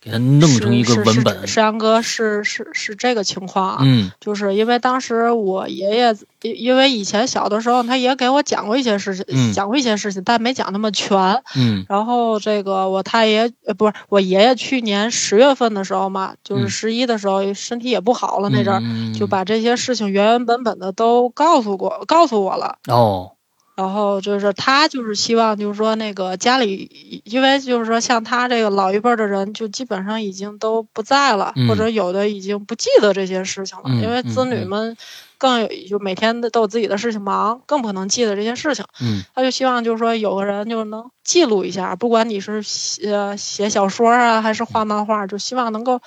[SPEAKER 2] 给它弄成一个文本。
[SPEAKER 3] 石阳哥是是是这个情况啊，
[SPEAKER 2] 嗯
[SPEAKER 3] 就是因为当时我爷爷，因因为以前小的时候他也给我讲过一些事情，
[SPEAKER 2] 嗯
[SPEAKER 3] 讲过一些事情，但没讲那么全。
[SPEAKER 2] 嗯
[SPEAKER 3] 然后这个我太爷呃不是我爷爷去年十月份的时候嘛，就是
[SPEAKER 2] 嗯
[SPEAKER 3] 十一的时候身体也不好了那阵儿，
[SPEAKER 2] 嗯
[SPEAKER 3] 就把这些事情原原本本的都告诉过告诉我了。
[SPEAKER 2] 哦
[SPEAKER 3] 然后就是他就是希望就是说那个家里，因为就是说像他这个老一辈儿的人，就基本上已经都不在了，
[SPEAKER 2] 嗯
[SPEAKER 3] 或者有的已经不记得这些事情了，
[SPEAKER 2] 嗯
[SPEAKER 3] 因为子女们更有就每天都有自己的事情忙，更不能记得这些事情。
[SPEAKER 2] 嗯
[SPEAKER 3] 他就希望就是说有个人就能记录一下，不管你是写呃写小说啊，还是画漫画，就希望能够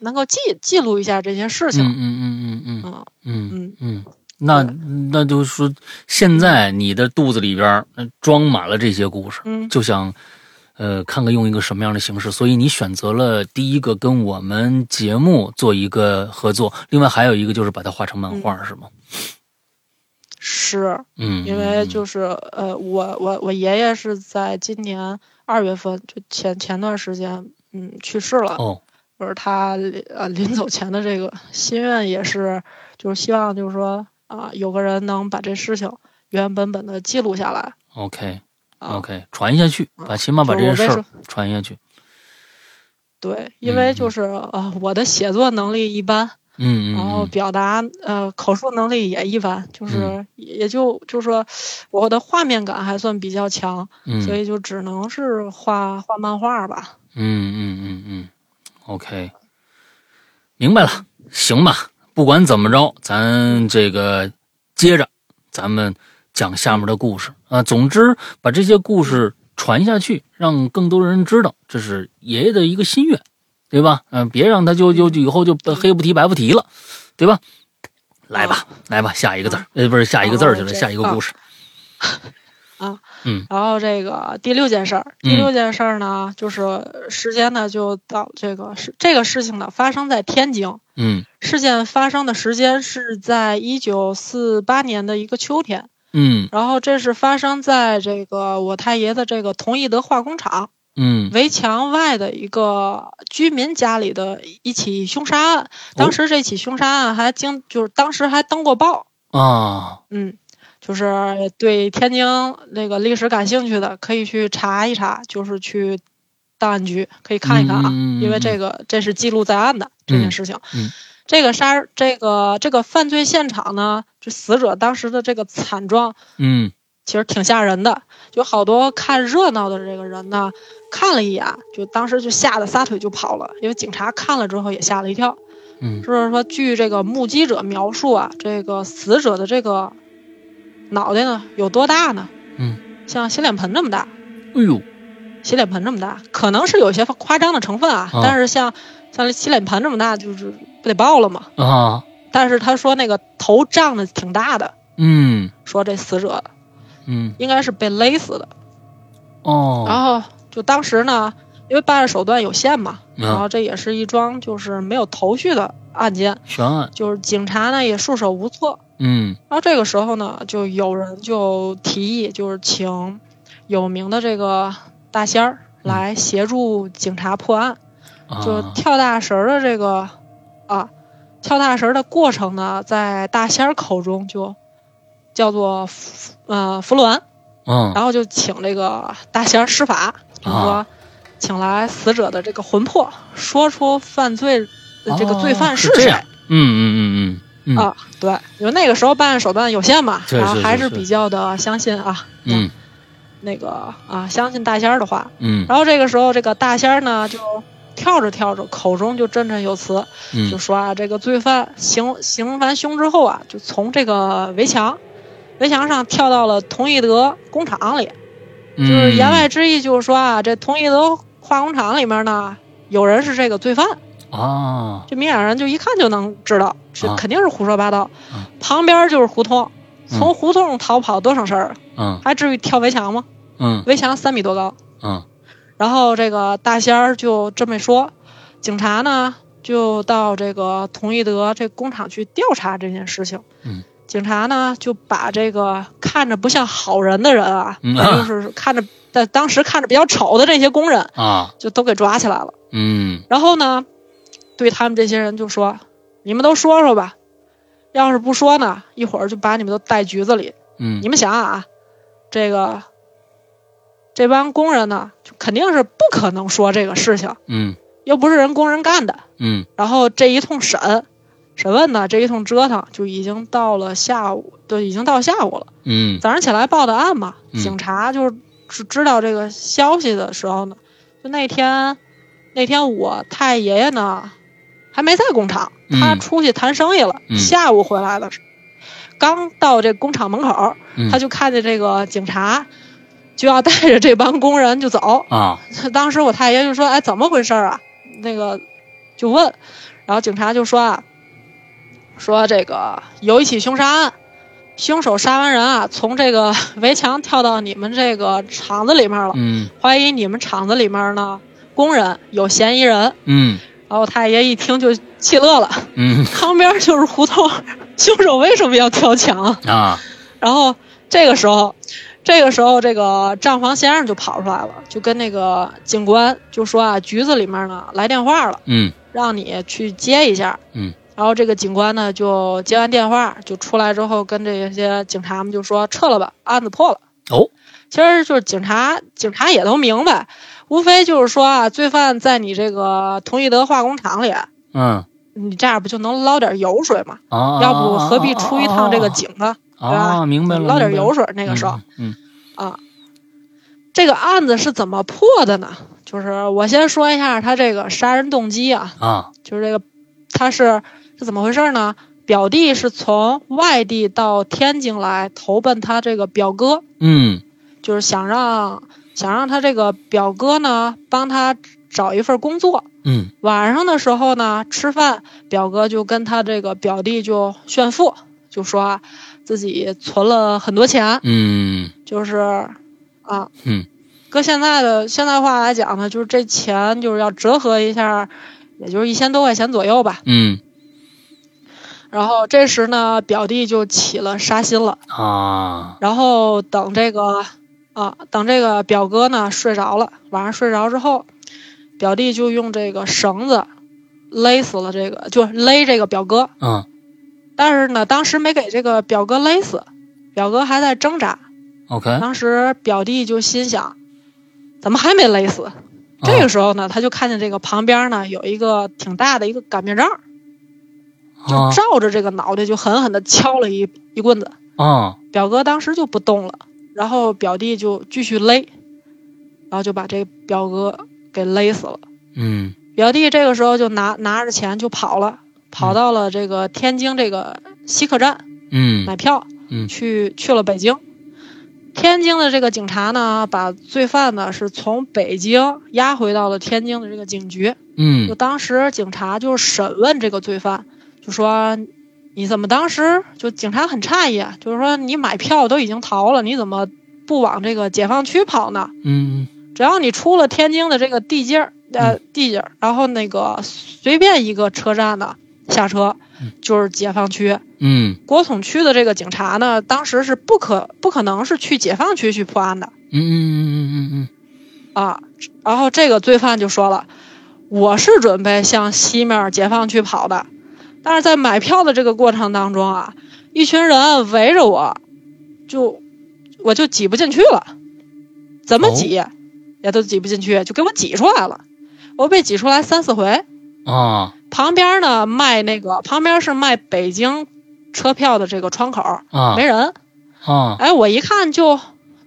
[SPEAKER 3] 能够记记录一下这些事
[SPEAKER 2] 嗯
[SPEAKER 3] 情。
[SPEAKER 2] 嗯嗯嗯嗯嗯
[SPEAKER 3] 嗯
[SPEAKER 2] 嗯，那那就是说现在你的肚子里边儿呃装满了这些故事，
[SPEAKER 3] 嗯
[SPEAKER 2] 就想，呃，看看用一个什么样的形式。所以你选择了第一个跟我们节目做一个合作，另外还有一个就是把它画成漫画，是吗？
[SPEAKER 3] 是
[SPEAKER 2] 嗯，
[SPEAKER 3] 嗯因为就是呃，我我我爷爷是在今年二月份，就前前段时间嗯去世了。
[SPEAKER 2] 哦，
[SPEAKER 3] 就是他呃临走前的这个心愿也是，就是希望就是说啊、有个人能把这事情原原本本的记录下来。
[SPEAKER 2] OK
[SPEAKER 3] 啊
[SPEAKER 2] OK，传下去，把起码把这件事
[SPEAKER 3] 就是我为
[SPEAKER 2] 儿传下去。
[SPEAKER 3] 对，因为就是呃，我的写作能力一般，
[SPEAKER 2] 嗯
[SPEAKER 3] 然后
[SPEAKER 2] 嗯
[SPEAKER 3] 表达呃口述能力也一般，就是
[SPEAKER 2] 嗯
[SPEAKER 3] 也也就就是说，我的画面感还算比较强，
[SPEAKER 2] 嗯，
[SPEAKER 3] 所以就只能是画画漫画吧。
[SPEAKER 2] 嗯嗯嗯嗯，OK，明白了，行吧。不管怎么着，咱这个接着，咱们讲下面的故事啊。总之，把这些故事传下去，让更多人知道，这是爷爷的一个心愿，对吧？嗯、别让他就就就以后就不黑不提白不提了，对吧？来吧，来吧，下一个字儿，呃，不是下一个字儿去了，
[SPEAKER 3] 哦这
[SPEAKER 2] 下一个故事。
[SPEAKER 3] 然后这个第六件事儿，
[SPEAKER 2] 嗯
[SPEAKER 3] 第六件事儿呢，就是时间呢就到这个事这个事情呢发生在天津，
[SPEAKER 2] 嗯
[SPEAKER 3] 事件发生的时间是在一九四八年的一个秋天。
[SPEAKER 2] 嗯
[SPEAKER 3] 然后这是发生在这个我太爷的这个同义德化工厂
[SPEAKER 2] 嗯
[SPEAKER 3] 围墙外的一个居民家里的一起凶杀案。
[SPEAKER 2] 哦
[SPEAKER 3] 当时这起凶杀案还经就是当时还登过报，
[SPEAKER 2] 啊，
[SPEAKER 3] 嗯，就是对天津那个历史感兴趣的可以去查一查，就是去档案局可以看一看啊，
[SPEAKER 2] 嗯嗯嗯嗯
[SPEAKER 3] 因为这个这是记录在案的这件事情。
[SPEAKER 2] 嗯
[SPEAKER 3] 这个杀这个这个犯罪现场呢，这死者当时的这个惨状
[SPEAKER 2] 嗯
[SPEAKER 3] 其实挺吓人的，就好多看热闹的这个人呢，看了一眼，就当时就吓得撒腿就跑了，因为警察看了之后也吓了一跳。
[SPEAKER 2] 嗯
[SPEAKER 3] 就是说，据这个目击者描述啊，这个死者的这个脑袋呢有多大呢？
[SPEAKER 2] 嗯，
[SPEAKER 3] 像洗脸盆这么大，
[SPEAKER 2] 哎呦，
[SPEAKER 3] 洗脸盆这么大，可能是有些夸张的成分啊，
[SPEAKER 2] 啊
[SPEAKER 3] 但是像像洗脸盆这么大，就是不得爆了嘛。
[SPEAKER 2] 啊，
[SPEAKER 3] 但是他说那个头胀的挺大的，
[SPEAKER 2] 嗯
[SPEAKER 3] 说这死者
[SPEAKER 2] 嗯。
[SPEAKER 3] 应该是被勒死的。然
[SPEAKER 2] 哦，
[SPEAKER 3] 后就当时呢，因为办案手段有限嘛，
[SPEAKER 2] 嗯
[SPEAKER 3] 然后这也是一桩就是没有头绪的案件，
[SPEAKER 2] 悬案，
[SPEAKER 3] 就是警察呢也束手无策。
[SPEAKER 2] 嗯
[SPEAKER 3] 然后这个时候呢，就有人就提议，就是请有名的这个大仙儿来协助警察破案。
[SPEAKER 2] 嗯啊，
[SPEAKER 3] 就跳大神儿的这个啊，跳大神儿的过程呢，在大仙儿口中就叫做扶呃扶鸾。
[SPEAKER 2] 嗯
[SPEAKER 3] 然后就请这个大仙儿施法，就是说
[SPEAKER 2] 啊，
[SPEAKER 3] 请来死者的这个魂魄，说出犯罪、呃这个罪犯
[SPEAKER 2] 是这
[SPEAKER 3] 谁
[SPEAKER 2] 样嗯嗯嗯嗯嗯
[SPEAKER 3] 啊？对，因为那个时候办案手段有限嘛，
[SPEAKER 2] 是
[SPEAKER 3] 然后
[SPEAKER 2] 是
[SPEAKER 3] 还
[SPEAKER 2] 是
[SPEAKER 3] 是
[SPEAKER 2] 是
[SPEAKER 3] 比较的相信啊，
[SPEAKER 2] 嗯
[SPEAKER 3] 那个啊，相信大仙儿的话。
[SPEAKER 2] 嗯
[SPEAKER 3] 然后这个时候，这个大仙儿呢就。跳着跳着，口中就振振有词，
[SPEAKER 2] 嗯
[SPEAKER 3] 就说啊，这个罪犯行行完凶之后啊，就从这个围墙，围墙上跳到了同义德工厂里，
[SPEAKER 2] 嗯，
[SPEAKER 3] 就是言外之意就是说啊，这同义德化工厂里面呢，有人是这个罪犯，
[SPEAKER 2] 啊，
[SPEAKER 3] 这明眼人就一看就能知道，这
[SPEAKER 2] 啊
[SPEAKER 3] 肯定是胡说八道。
[SPEAKER 2] 啊
[SPEAKER 3] 旁边就是胡同，
[SPEAKER 2] 嗯
[SPEAKER 3] 从胡同逃跑多省事儿啊，
[SPEAKER 2] 嗯
[SPEAKER 3] 还至于跳围墙吗？
[SPEAKER 2] 嗯
[SPEAKER 3] 围墙三米多高。
[SPEAKER 2] 嗯
[SPEAKER 3] 然后这个大仙儿就这么一说，警察呢就到这个同义德这工厂去调查这件事情。
[SPEAKER 2] 嗯，
[SPEAKER 3] 警察呢就把这个看着不像好人的人啊，
[SPEAKER 2] 嗯
[SPEAKER 3] 就是看着在当时看着比较丑的这些工人，
[SPEAKER 2] 啊，
[SPEAKER 3] 就都给抓起来了。
[SPEAKER 2] 嗯
[SPEAKER 3] 然后呢，对他们这些人就说：“你们都说说吧，要是不说呢，一会儿就把你们都带局子里。
[SPEAKER 2] 嗯
[SPEAKER 3] 你们想想啊，这个这帮工人呢，就肯定是不可能说这个事情，
[SPEAKER 2] 嗯
[SPEAKER 3] 又不是人工人干的。
[SPEAKER 2] 嗯
[SPEAKER 3] 然后这一通审，审问呢，这一通折腾，就已经到了下午，就已经到下午了。
[SPEAKER 2] 嗯
[SPEAKER 3] 早上起来报的案嘛，
[SPEAKER 2] 嗯
[SPEAKER 3] 警察就是知知道这个消息的时候呢，就那天，那天我太爷爷呢还没在工厂，
[SPEAKER 2] 嗯
[SPEAKER 3] 他出去谈生意了，
[SPEAKER 2] 嗯
[SPEAKER 3] 下午回来的时候，刚到这工厂门口，
[SPEAKER 2] 嗯，
[SPEAKER 3] 他就看见这个警察就要带着这帮工人就走，
[SPEAKER 2] 啊，
[SPEAKER 3] 当时我太爷就说：“哎，怎么回事儿啊？”那个就问，然后警察就说啊，说这个有一起凶杀案，凶手杀完人啊，从这个 围墙跳到你们这个厂子里面了，
[SPEAKER 2] 嗯
[SPEAKER 3] 怀疑你们厂子里面呢工人有嫌疑人。
[SPEAKER 2] 嗯
[SPEAKER 3] 然后我太爷一听就气乐了，
[SPEAKER 2] 嗯
[SPEAKER 3] 旁边就是胡同，凶手为什么要跳墙啊？
[SPEAKER 2] 啊，
[SPEAKER 3] 然后这个时候，这个时候这个账房先生就跑出来了，就跟那个警官就说啊，局子里面呢来电话了，
[SPEAKER 2] 嗯
[SPEAKER 3] 让你去接一下。
[SPEAKER 2] 嗯。
[SPEAKER 3] 然后这个警官呢就接完电话就出来之后，跟这些警察们就说撤了吧，案子破了。
[SPEAKER 2] 哦，
[SPEAKER 3] 其实就是警察，警察也都明白，无非就是说啊，罪犯在你这个同义德化工厂里，
[SPEAKER 2] 嗯
[SPEAKER 3] 你这样不就能捞点油水吗？
[SPEAKER 2] 啊，
[SPEAKER 3] 要不何必出一趟这个井啊？
[SPEAKER 2] 啊？明白了，
[SPEAKER 3] 捞点油水那个时候。，
[SPEAKER 2] 嗯
[SPEAKER 3] 这个案子是怎么破的呢？就是我先说一下他这个杀人动机啊，
[SPEAKER 2] 啊，
[SPEAKER 3] 就是这个他是是怎么回事呢？表弟是从外地到天津来投奔他这个表哥，
[SPEAKER 2] 嗯
[SPEAKER 3] 就是想让想让他这个表哥呢帮他找一份工作。
[SPEAKER 2] 嗯
[SPEAKER 3] 晚上的时候呢，吃饭，表哥就跟他这个表弟就炫富，就说啊自己存了很多钱，
[SPEAKER 2] 嗯
[SPEAKER 3] 就是啊，
[SPEAKER 2] 嗯，
[SPEAKER 3] 搁现在的现代话来讲呢，就是这钱就是要折合一下，也就是一千多块钱左右吧。
[SPEAKER 2] 嗯
[SPEAKER 3] 然后这时呢，表弟就起了杀心了。
[SPEAKER 2] 啊，
[SPEAKER 3] 然后等这个啊，等这个表哥呢睡着了，晚上睡着之后，表弟就用这个绳子勒死了这个，就是勒这个表哥。
[SPEAKER 2] 嗯
[SPEAKER 3] 但是呢，当时没给这个表哥勒死，表哥还在挣扎。
[SPEAKER 2] ，OK，
[SPEAKER 3] 当时表弟就心想，怎么还没勒死？这
[SPEAKER 2] 啊
[SPEAKER 3] 个时候呢，他就看见这个旁边呢有一个挺大的一个擀面杖，
[SPEAKER 2] 啊
[SPEAKER 3] 照着这个脑袋就狠狠地敲了一一棍子。
[SPEAKER 2] 啊
[SPEAKER 3] 表哥当时就不动了，然后表弟就继续勒，然后就把这表哥给勒死了。
[SPEAKER 2] 嗯
[SPEAKER 3] 表弟这个时候就拿拿着钱就跑了，跑到了这个天津这个西客站
[SPEAKER 2] 嗯
[SPEAKER 3] 买票，
[SPEAKER 2] 嗯
[SPEAKER 3] 去去了北京。天津的这个警察呢，把罪犯呢是从北京押回到了天津的这个警局。就
[SPEAKER 2] 嗯
[SPEAKER 3] 当时警察就审问这个罪犯，就说你怎么当时就警察很诧异，啊，就是说你买票都已经逃了，你怎么不往这个解放区跑呢？
[SPEAKER 2] 嗯
[SPEAKER 3] 只要你出了天津的这个地界儿，呃地界儿，然后那个随便一个车站呢下车
[SPEAKER 2] 嗯，
[SPEAKER 3] 就是解放区。
[SPEAKER 2] 嗯
[SPEAKER 3] 国统区的这个警察呢，当时是不可不可能是去解放区去破案的
[SPEAKER 2] 嗯嗯嗯
[SPEAKER 3] 啊。然后这个罪犯就说了，我是准备向西面解放区跑的，但是在买票的这个过程当中啊，一群人围着我，就我就挤不进去了，
[SPEAKER 2] 哦
[SPEAKER 3] 怎么挤、也都挤不进去，就给我挤出来了。我被挤出来三四回，
[SPEAKER 2] 嗯啊
[SPEAKER 3] 旁边呢卖那个旁边是卖北京车票的这个窗口，
[SPEAKER 2] 啊
[SPEAKER 3] 没人。
[SPEAKER 2] 啊
[SPEAKER 3] 哎，我一看就，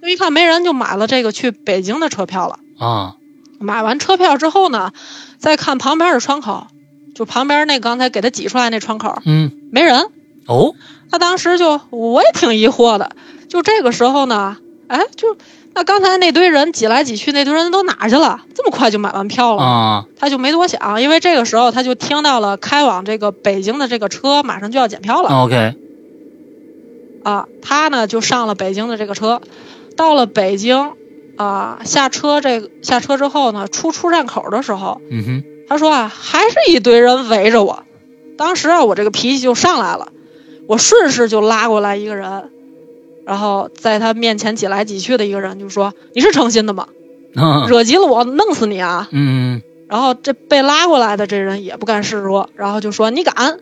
[SPEAKER 3] 一看没人，就买了这个去北京的车票了。
[SPEAKER 2] 啊
[SPEAKER 3] 买完车票之后呢，再看旁边的窗口，就旁边那刚才给他挤出来那窗口
[SPEAKER 2] 嗯
[SPEAKER 3] 没人。
[SPEAKER 2] 哦
[SPEAKER 3] 他当时就，我也挺疑惑的。就这个时候呢，哎，就那刚才那堆人挤来挤去，那堆人都哪儿去了？这么快就买完票了？
[SPEAKER 2] 啊
[SPEAKER 3] 他就没多想，因为这个时候他就听到了开往这个北京的这个车马上就要检票了。
[SPEAKER 2] ，OK，
[SPEAKER 3] 啊，他呢就上了北京的这个车，到了北京，啊，下车这个下车之后呢，出出站口的时候，
[SPEAKER 2] 嗯哼，
[SPEAKER 3] 他说啊，还是一堆人围着我，当时啊我这个脾气就上来了，我顺势就拉过来一个人，然后在他面前挤来挤去的一个人就说：“你是诚心的吗？
[SPEAKER 2] 嗯
[SPEAKER 3] 惹急了我，弄死你啊！”
[SPEAKER 2] 嗯
[SPEAKER 3] 然后这被拉过来的这人也不甘示弱，然后就说：“你敢？”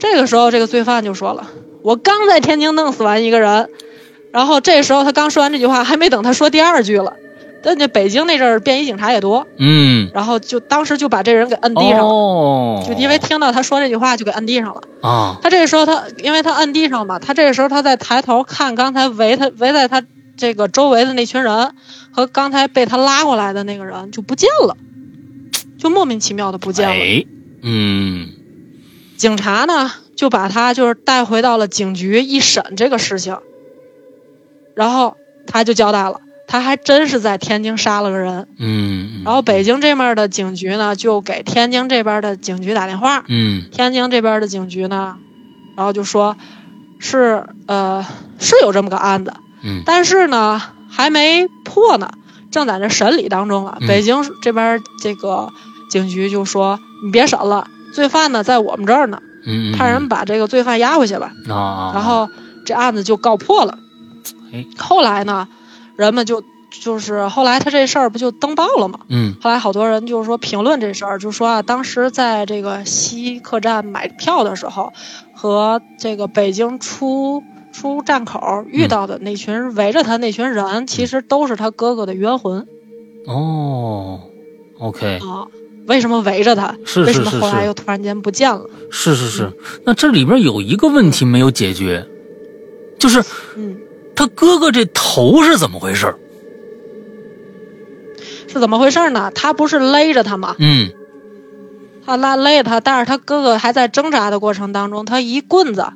[SPEAKER 3] 这个时候，这个罪犯就说了：“我刚在天津弄死完一个人。”然后这时候他刚说完这句话，还没等他说第二句了，但那北京那阵儿便衣警察也多，
[SPEAKER 2] 嗯，
[SPEAKER 3] 然后就当时就把这人给摁地上了，
[SPEAKER 2] 哦，
[SPEAKER 3] 就因为听到他说这句话就给摁地上了。
[SPEAKER 2] 啊，
[SPEAKER 3] 他这个时候他因为他摁地上嘛，他这个时候他在抬头看刚才围他围在他这个周围的那群人和刚才被他拉过来的那个人就不见了，就莫名其妙的不见了。
[SPEAKER 2] 哎，嗯
[SPEAKER 3] 警察呢就把他就是带回到了警局一审这个事情，然后他就交代了，他还真是在天津杀了个人。
[SPEAKER 2] 嗯，
[SPEAKER 3] 然后北京这面的警局呢就给天津这边的警局打电话，
[SPEAKER 2] 嗯
[SPEAKER 3] 天津这边的警局呢，然后就说，是呃是有这么个案子，
[SPEAKER 2] 嗯
[SPEAKER 3] 但是呢还没破呢，正在这审理当中了。
[SPEAKER 2] 嗯
[SPEAKER 3] 北京这边这个警局就说，你别审了，罪犯呢在我们这儿呢，
[SPEAKER 2] 嗯，
[SPEAKER 3] 派人把这个罪犯押回去吧。
[SPEAKER 2] 啊，
[SPEAKER 3] 然后这案子就告破了
[SPEAKER 2] 哎。
[SPEAKER 3] 后来呢，人们就就是后来他这事儿不就登报了吗？
[SPEAKER 2] 嗯
[SPEAKER 3] 后来好多人就是说评论这事儿，就说啊，当时在这个西客站买票的时候，和这个北京出出站口遇到的那群围着他那群
[SPEAKER 2] 嗯
[SPEAKER 3] 人，其实都是他哥哥的冤魂
[SPEAKER 2] 哦，OK，
[SPEAKER 3] 啊。为什么围着他？
[SPEAKER 2] 是
[SPEAKER 3] 为什
[SPEAKER 2] 是
[SPEAKER 3] 么
[SPEAKER 2] 是
[SPEAKER 3] 后来
[SPEAKER 2] 是
[SPEAKER 3] 又突然间不见了？
[SPEAKER 2] 是是是，那这里边有一个问题没有解决，就是
[SPEAKER 3] 嗯，
[SPEAKER 2] 他哥哥这头是怎么回事？
[SPEAKER 3] 是怎么回事呢？他不是勒着他吗？
[SPEAKER 2] 嗯
[SPEAKER 3] 他拉勒他，但是他哥哥还在挣扎的过程当中，他一棍子，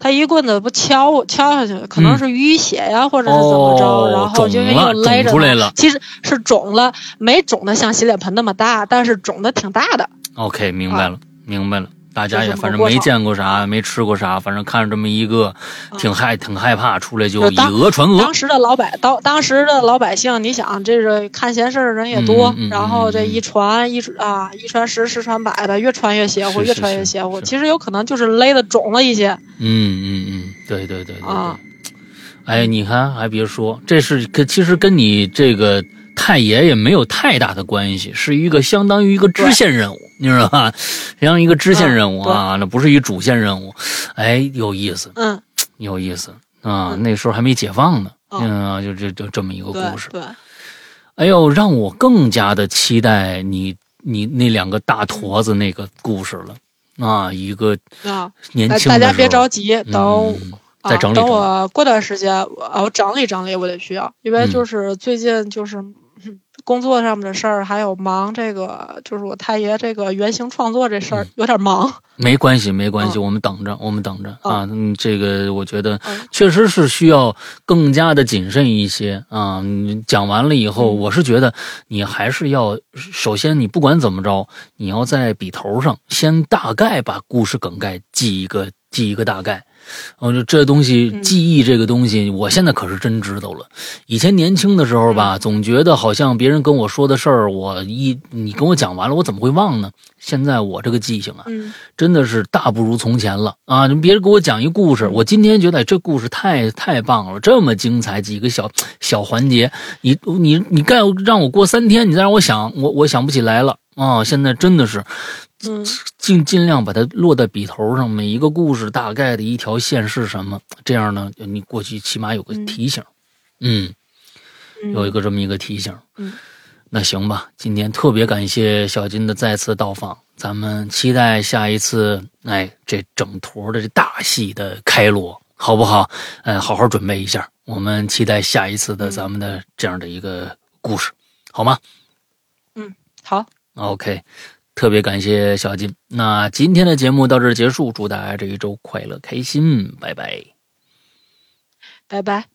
[SPEAKER 3] 他一棍子不敲敲下去，可能是淤血呀、或者是怎么
[SPEAKER 2] 嗯
[SPEAKER 3] 着，
[SPEAKER 2] 哦
[SPEAKER 3] 然后就因为
[SPEAKER 2] 肿
[SPEAKER 3] 又
[SPEAKER 2] 了
[SPEAKER 3] 勒着
[SPEAKER 2] 肿出来
[SPEAKER 3] 他
[SPEAKER 2] 了
[SPEAKER 3] 其实是肿了，没肿的像洗脸盆那么大，但是肿的挺大的。
[SPEAKER 2] ，OK，明白了，明白了。大家
[SPEAKER 3] 啊这
[SPEAKER 2] 也
[SPEAKER 3] 是
[SPEAKER 2] 反正
[SPEAKER 3] 我
[SPEAKER 2] 没
[SPEAKER 3] 过
[SPEAKER 2] 见过啥，没吃过啥，反正看着这么一个，挺害挺害怕，出来就
[SPEAKER 3] 啊就
[SPEAKER 2] 以
[SPEAKER 3] 当
[SPEAKER 2] 讹传讹
[SPEAKER 3] 当。时的老百当当时的老百姓，你想这是看闲事儿的人也多，
[SPEAKER 2] 嗯嗯嗯
[SPEAKER 3] 然后这一传一啊一传十十传百的，越传越邪乎，
[SPEAKER 2] 是
[SPEAKER 3] 越
[SPEAKER 2] 是
[SPEAKER 3] 传越
[SPEAKER 2] 是
[SPEAKER 3] 邪乎。
[SPEAKER 2] 是
[SPEAKER 3] 其实有可能就是勒的肿了一些
[SPEAKER 2] 嗯嗯嗯，对对对对对
[SPEAKER 3] 啊。。
[SPEAKER 2] 哎，你看，还别说，这是跟其实跟你这个太爷爷没有太大的关系，是一个相当于一个支线任务，你知道吧？相当于一个支
[SPEAKER 3] 嗯
[SPEAKER 2] 线任务啊，那不是一主线任务。哎，有意思，
[SPEAKER 3] 嗯，
[SPEAKER 2] 有意思啊！
[SPEAKER 3] 嗯
[SPEAKER 2] 那时候还没解放呢，
[SPEAKER 3] 哦
[SPEAKER 2] 嗯，就这就这么一个
[SPEAKER 3] 对
[SPEAKER 2] 故事。
[SPEAKER 3] 对，
[SPEAKER 2] 哎呦，让我更加的期待你你那两个大坨子那个故事了啊！一个
[SPEAKER 3] 啊，
[SPEAKER 2] 年
[SPEAKER 3] 大
[SPEAKER 2] 轻
[SPEAKER 3] 大
[SPEAKER 2] 的时候，
[SPEAKER 3] 家别着急，等、
[SPEAKER 2] 嗯，
[SPEAKER 3] 啊
[SPEAKER 2] 再整理
[SPEAKER 3] 等
[SPEAKER 2] 整理
[SPEAKER 3] 我过段时间，我啊我整理整理，我得需要，因为
[SPEAKER 2] 嗯
[SPEAKER 3] 就是最近就是。嗯工作上面的事儿，还有忙这个，就是我太爷这个原型创作这事
[SPEAKER 2] 嗯
[SPEAKER 3] 儿、有点忙。
[SPEAKER 2] 没关系，没关系，我们等着，我们等着
[SPEAKER 3] 哦
[SPEAKER 2] 啊。嗯，这个我觉得
[SPEAKER 3] 嗯
[SPEAKER 2] 确实是需要更加的谨慎一些啊。你讲完了以后，我是觉得你还是要，首先你不管怎么着，你要在笔头上先大概把故事梗概记一个，记一个大概。我就这东西，
[SPEAKER 3] 嗯
[SPEAKER 2] 记忆这个东西，我现在可是真知道了。以前年轻的时候吧，总觉得好像别人跟我说的事儿，我一你跟我讲完了，我怎么会忘呢？现在我这个记性啊，
[SPEAKER 3] 嗯，
[SPEAKER 2] 真的是大不如从前了啊！你别给我讲一故事，我今天觉得哎这故事太太棒了，这么精彩，几个小小环节，你你你盖让我过三天，你再让我想，我我想不起来了啊！现在真的是
[SPEAKER 3] 嗯，
[SPEAKER 2] 尽尽量把它落在笔头上，每一个故事大概的一条线是什么，这样呢，你过去起码有个
[SPEAKER 3] 嗯
[SPEAKER 2] 提醒，嗯
[SPEAKER 3] 嗯
[SPEAKER 2] 有一个这么一个提醒。
[SPEAKER 3] 嗯，
[SPEAKER 2] 那行吧，今天特别感谢小金的再次到访，咱们期待下一次，哎，这整坨的这大戏的开锣，好不好？哎，好好准备一下，我们期待下一次的
[SPEAKER 3] 嗯
[SPEAKER 2] 咱们的这样的一个故事，好吗
[SPEAKER 3] 好，
[SPEAKER 2] ？OK。特别感谢小金，那今天的节目到这儿结束，祝大家这一周快乐开心，拜拜。
[SPEAKER 3] 拜拜。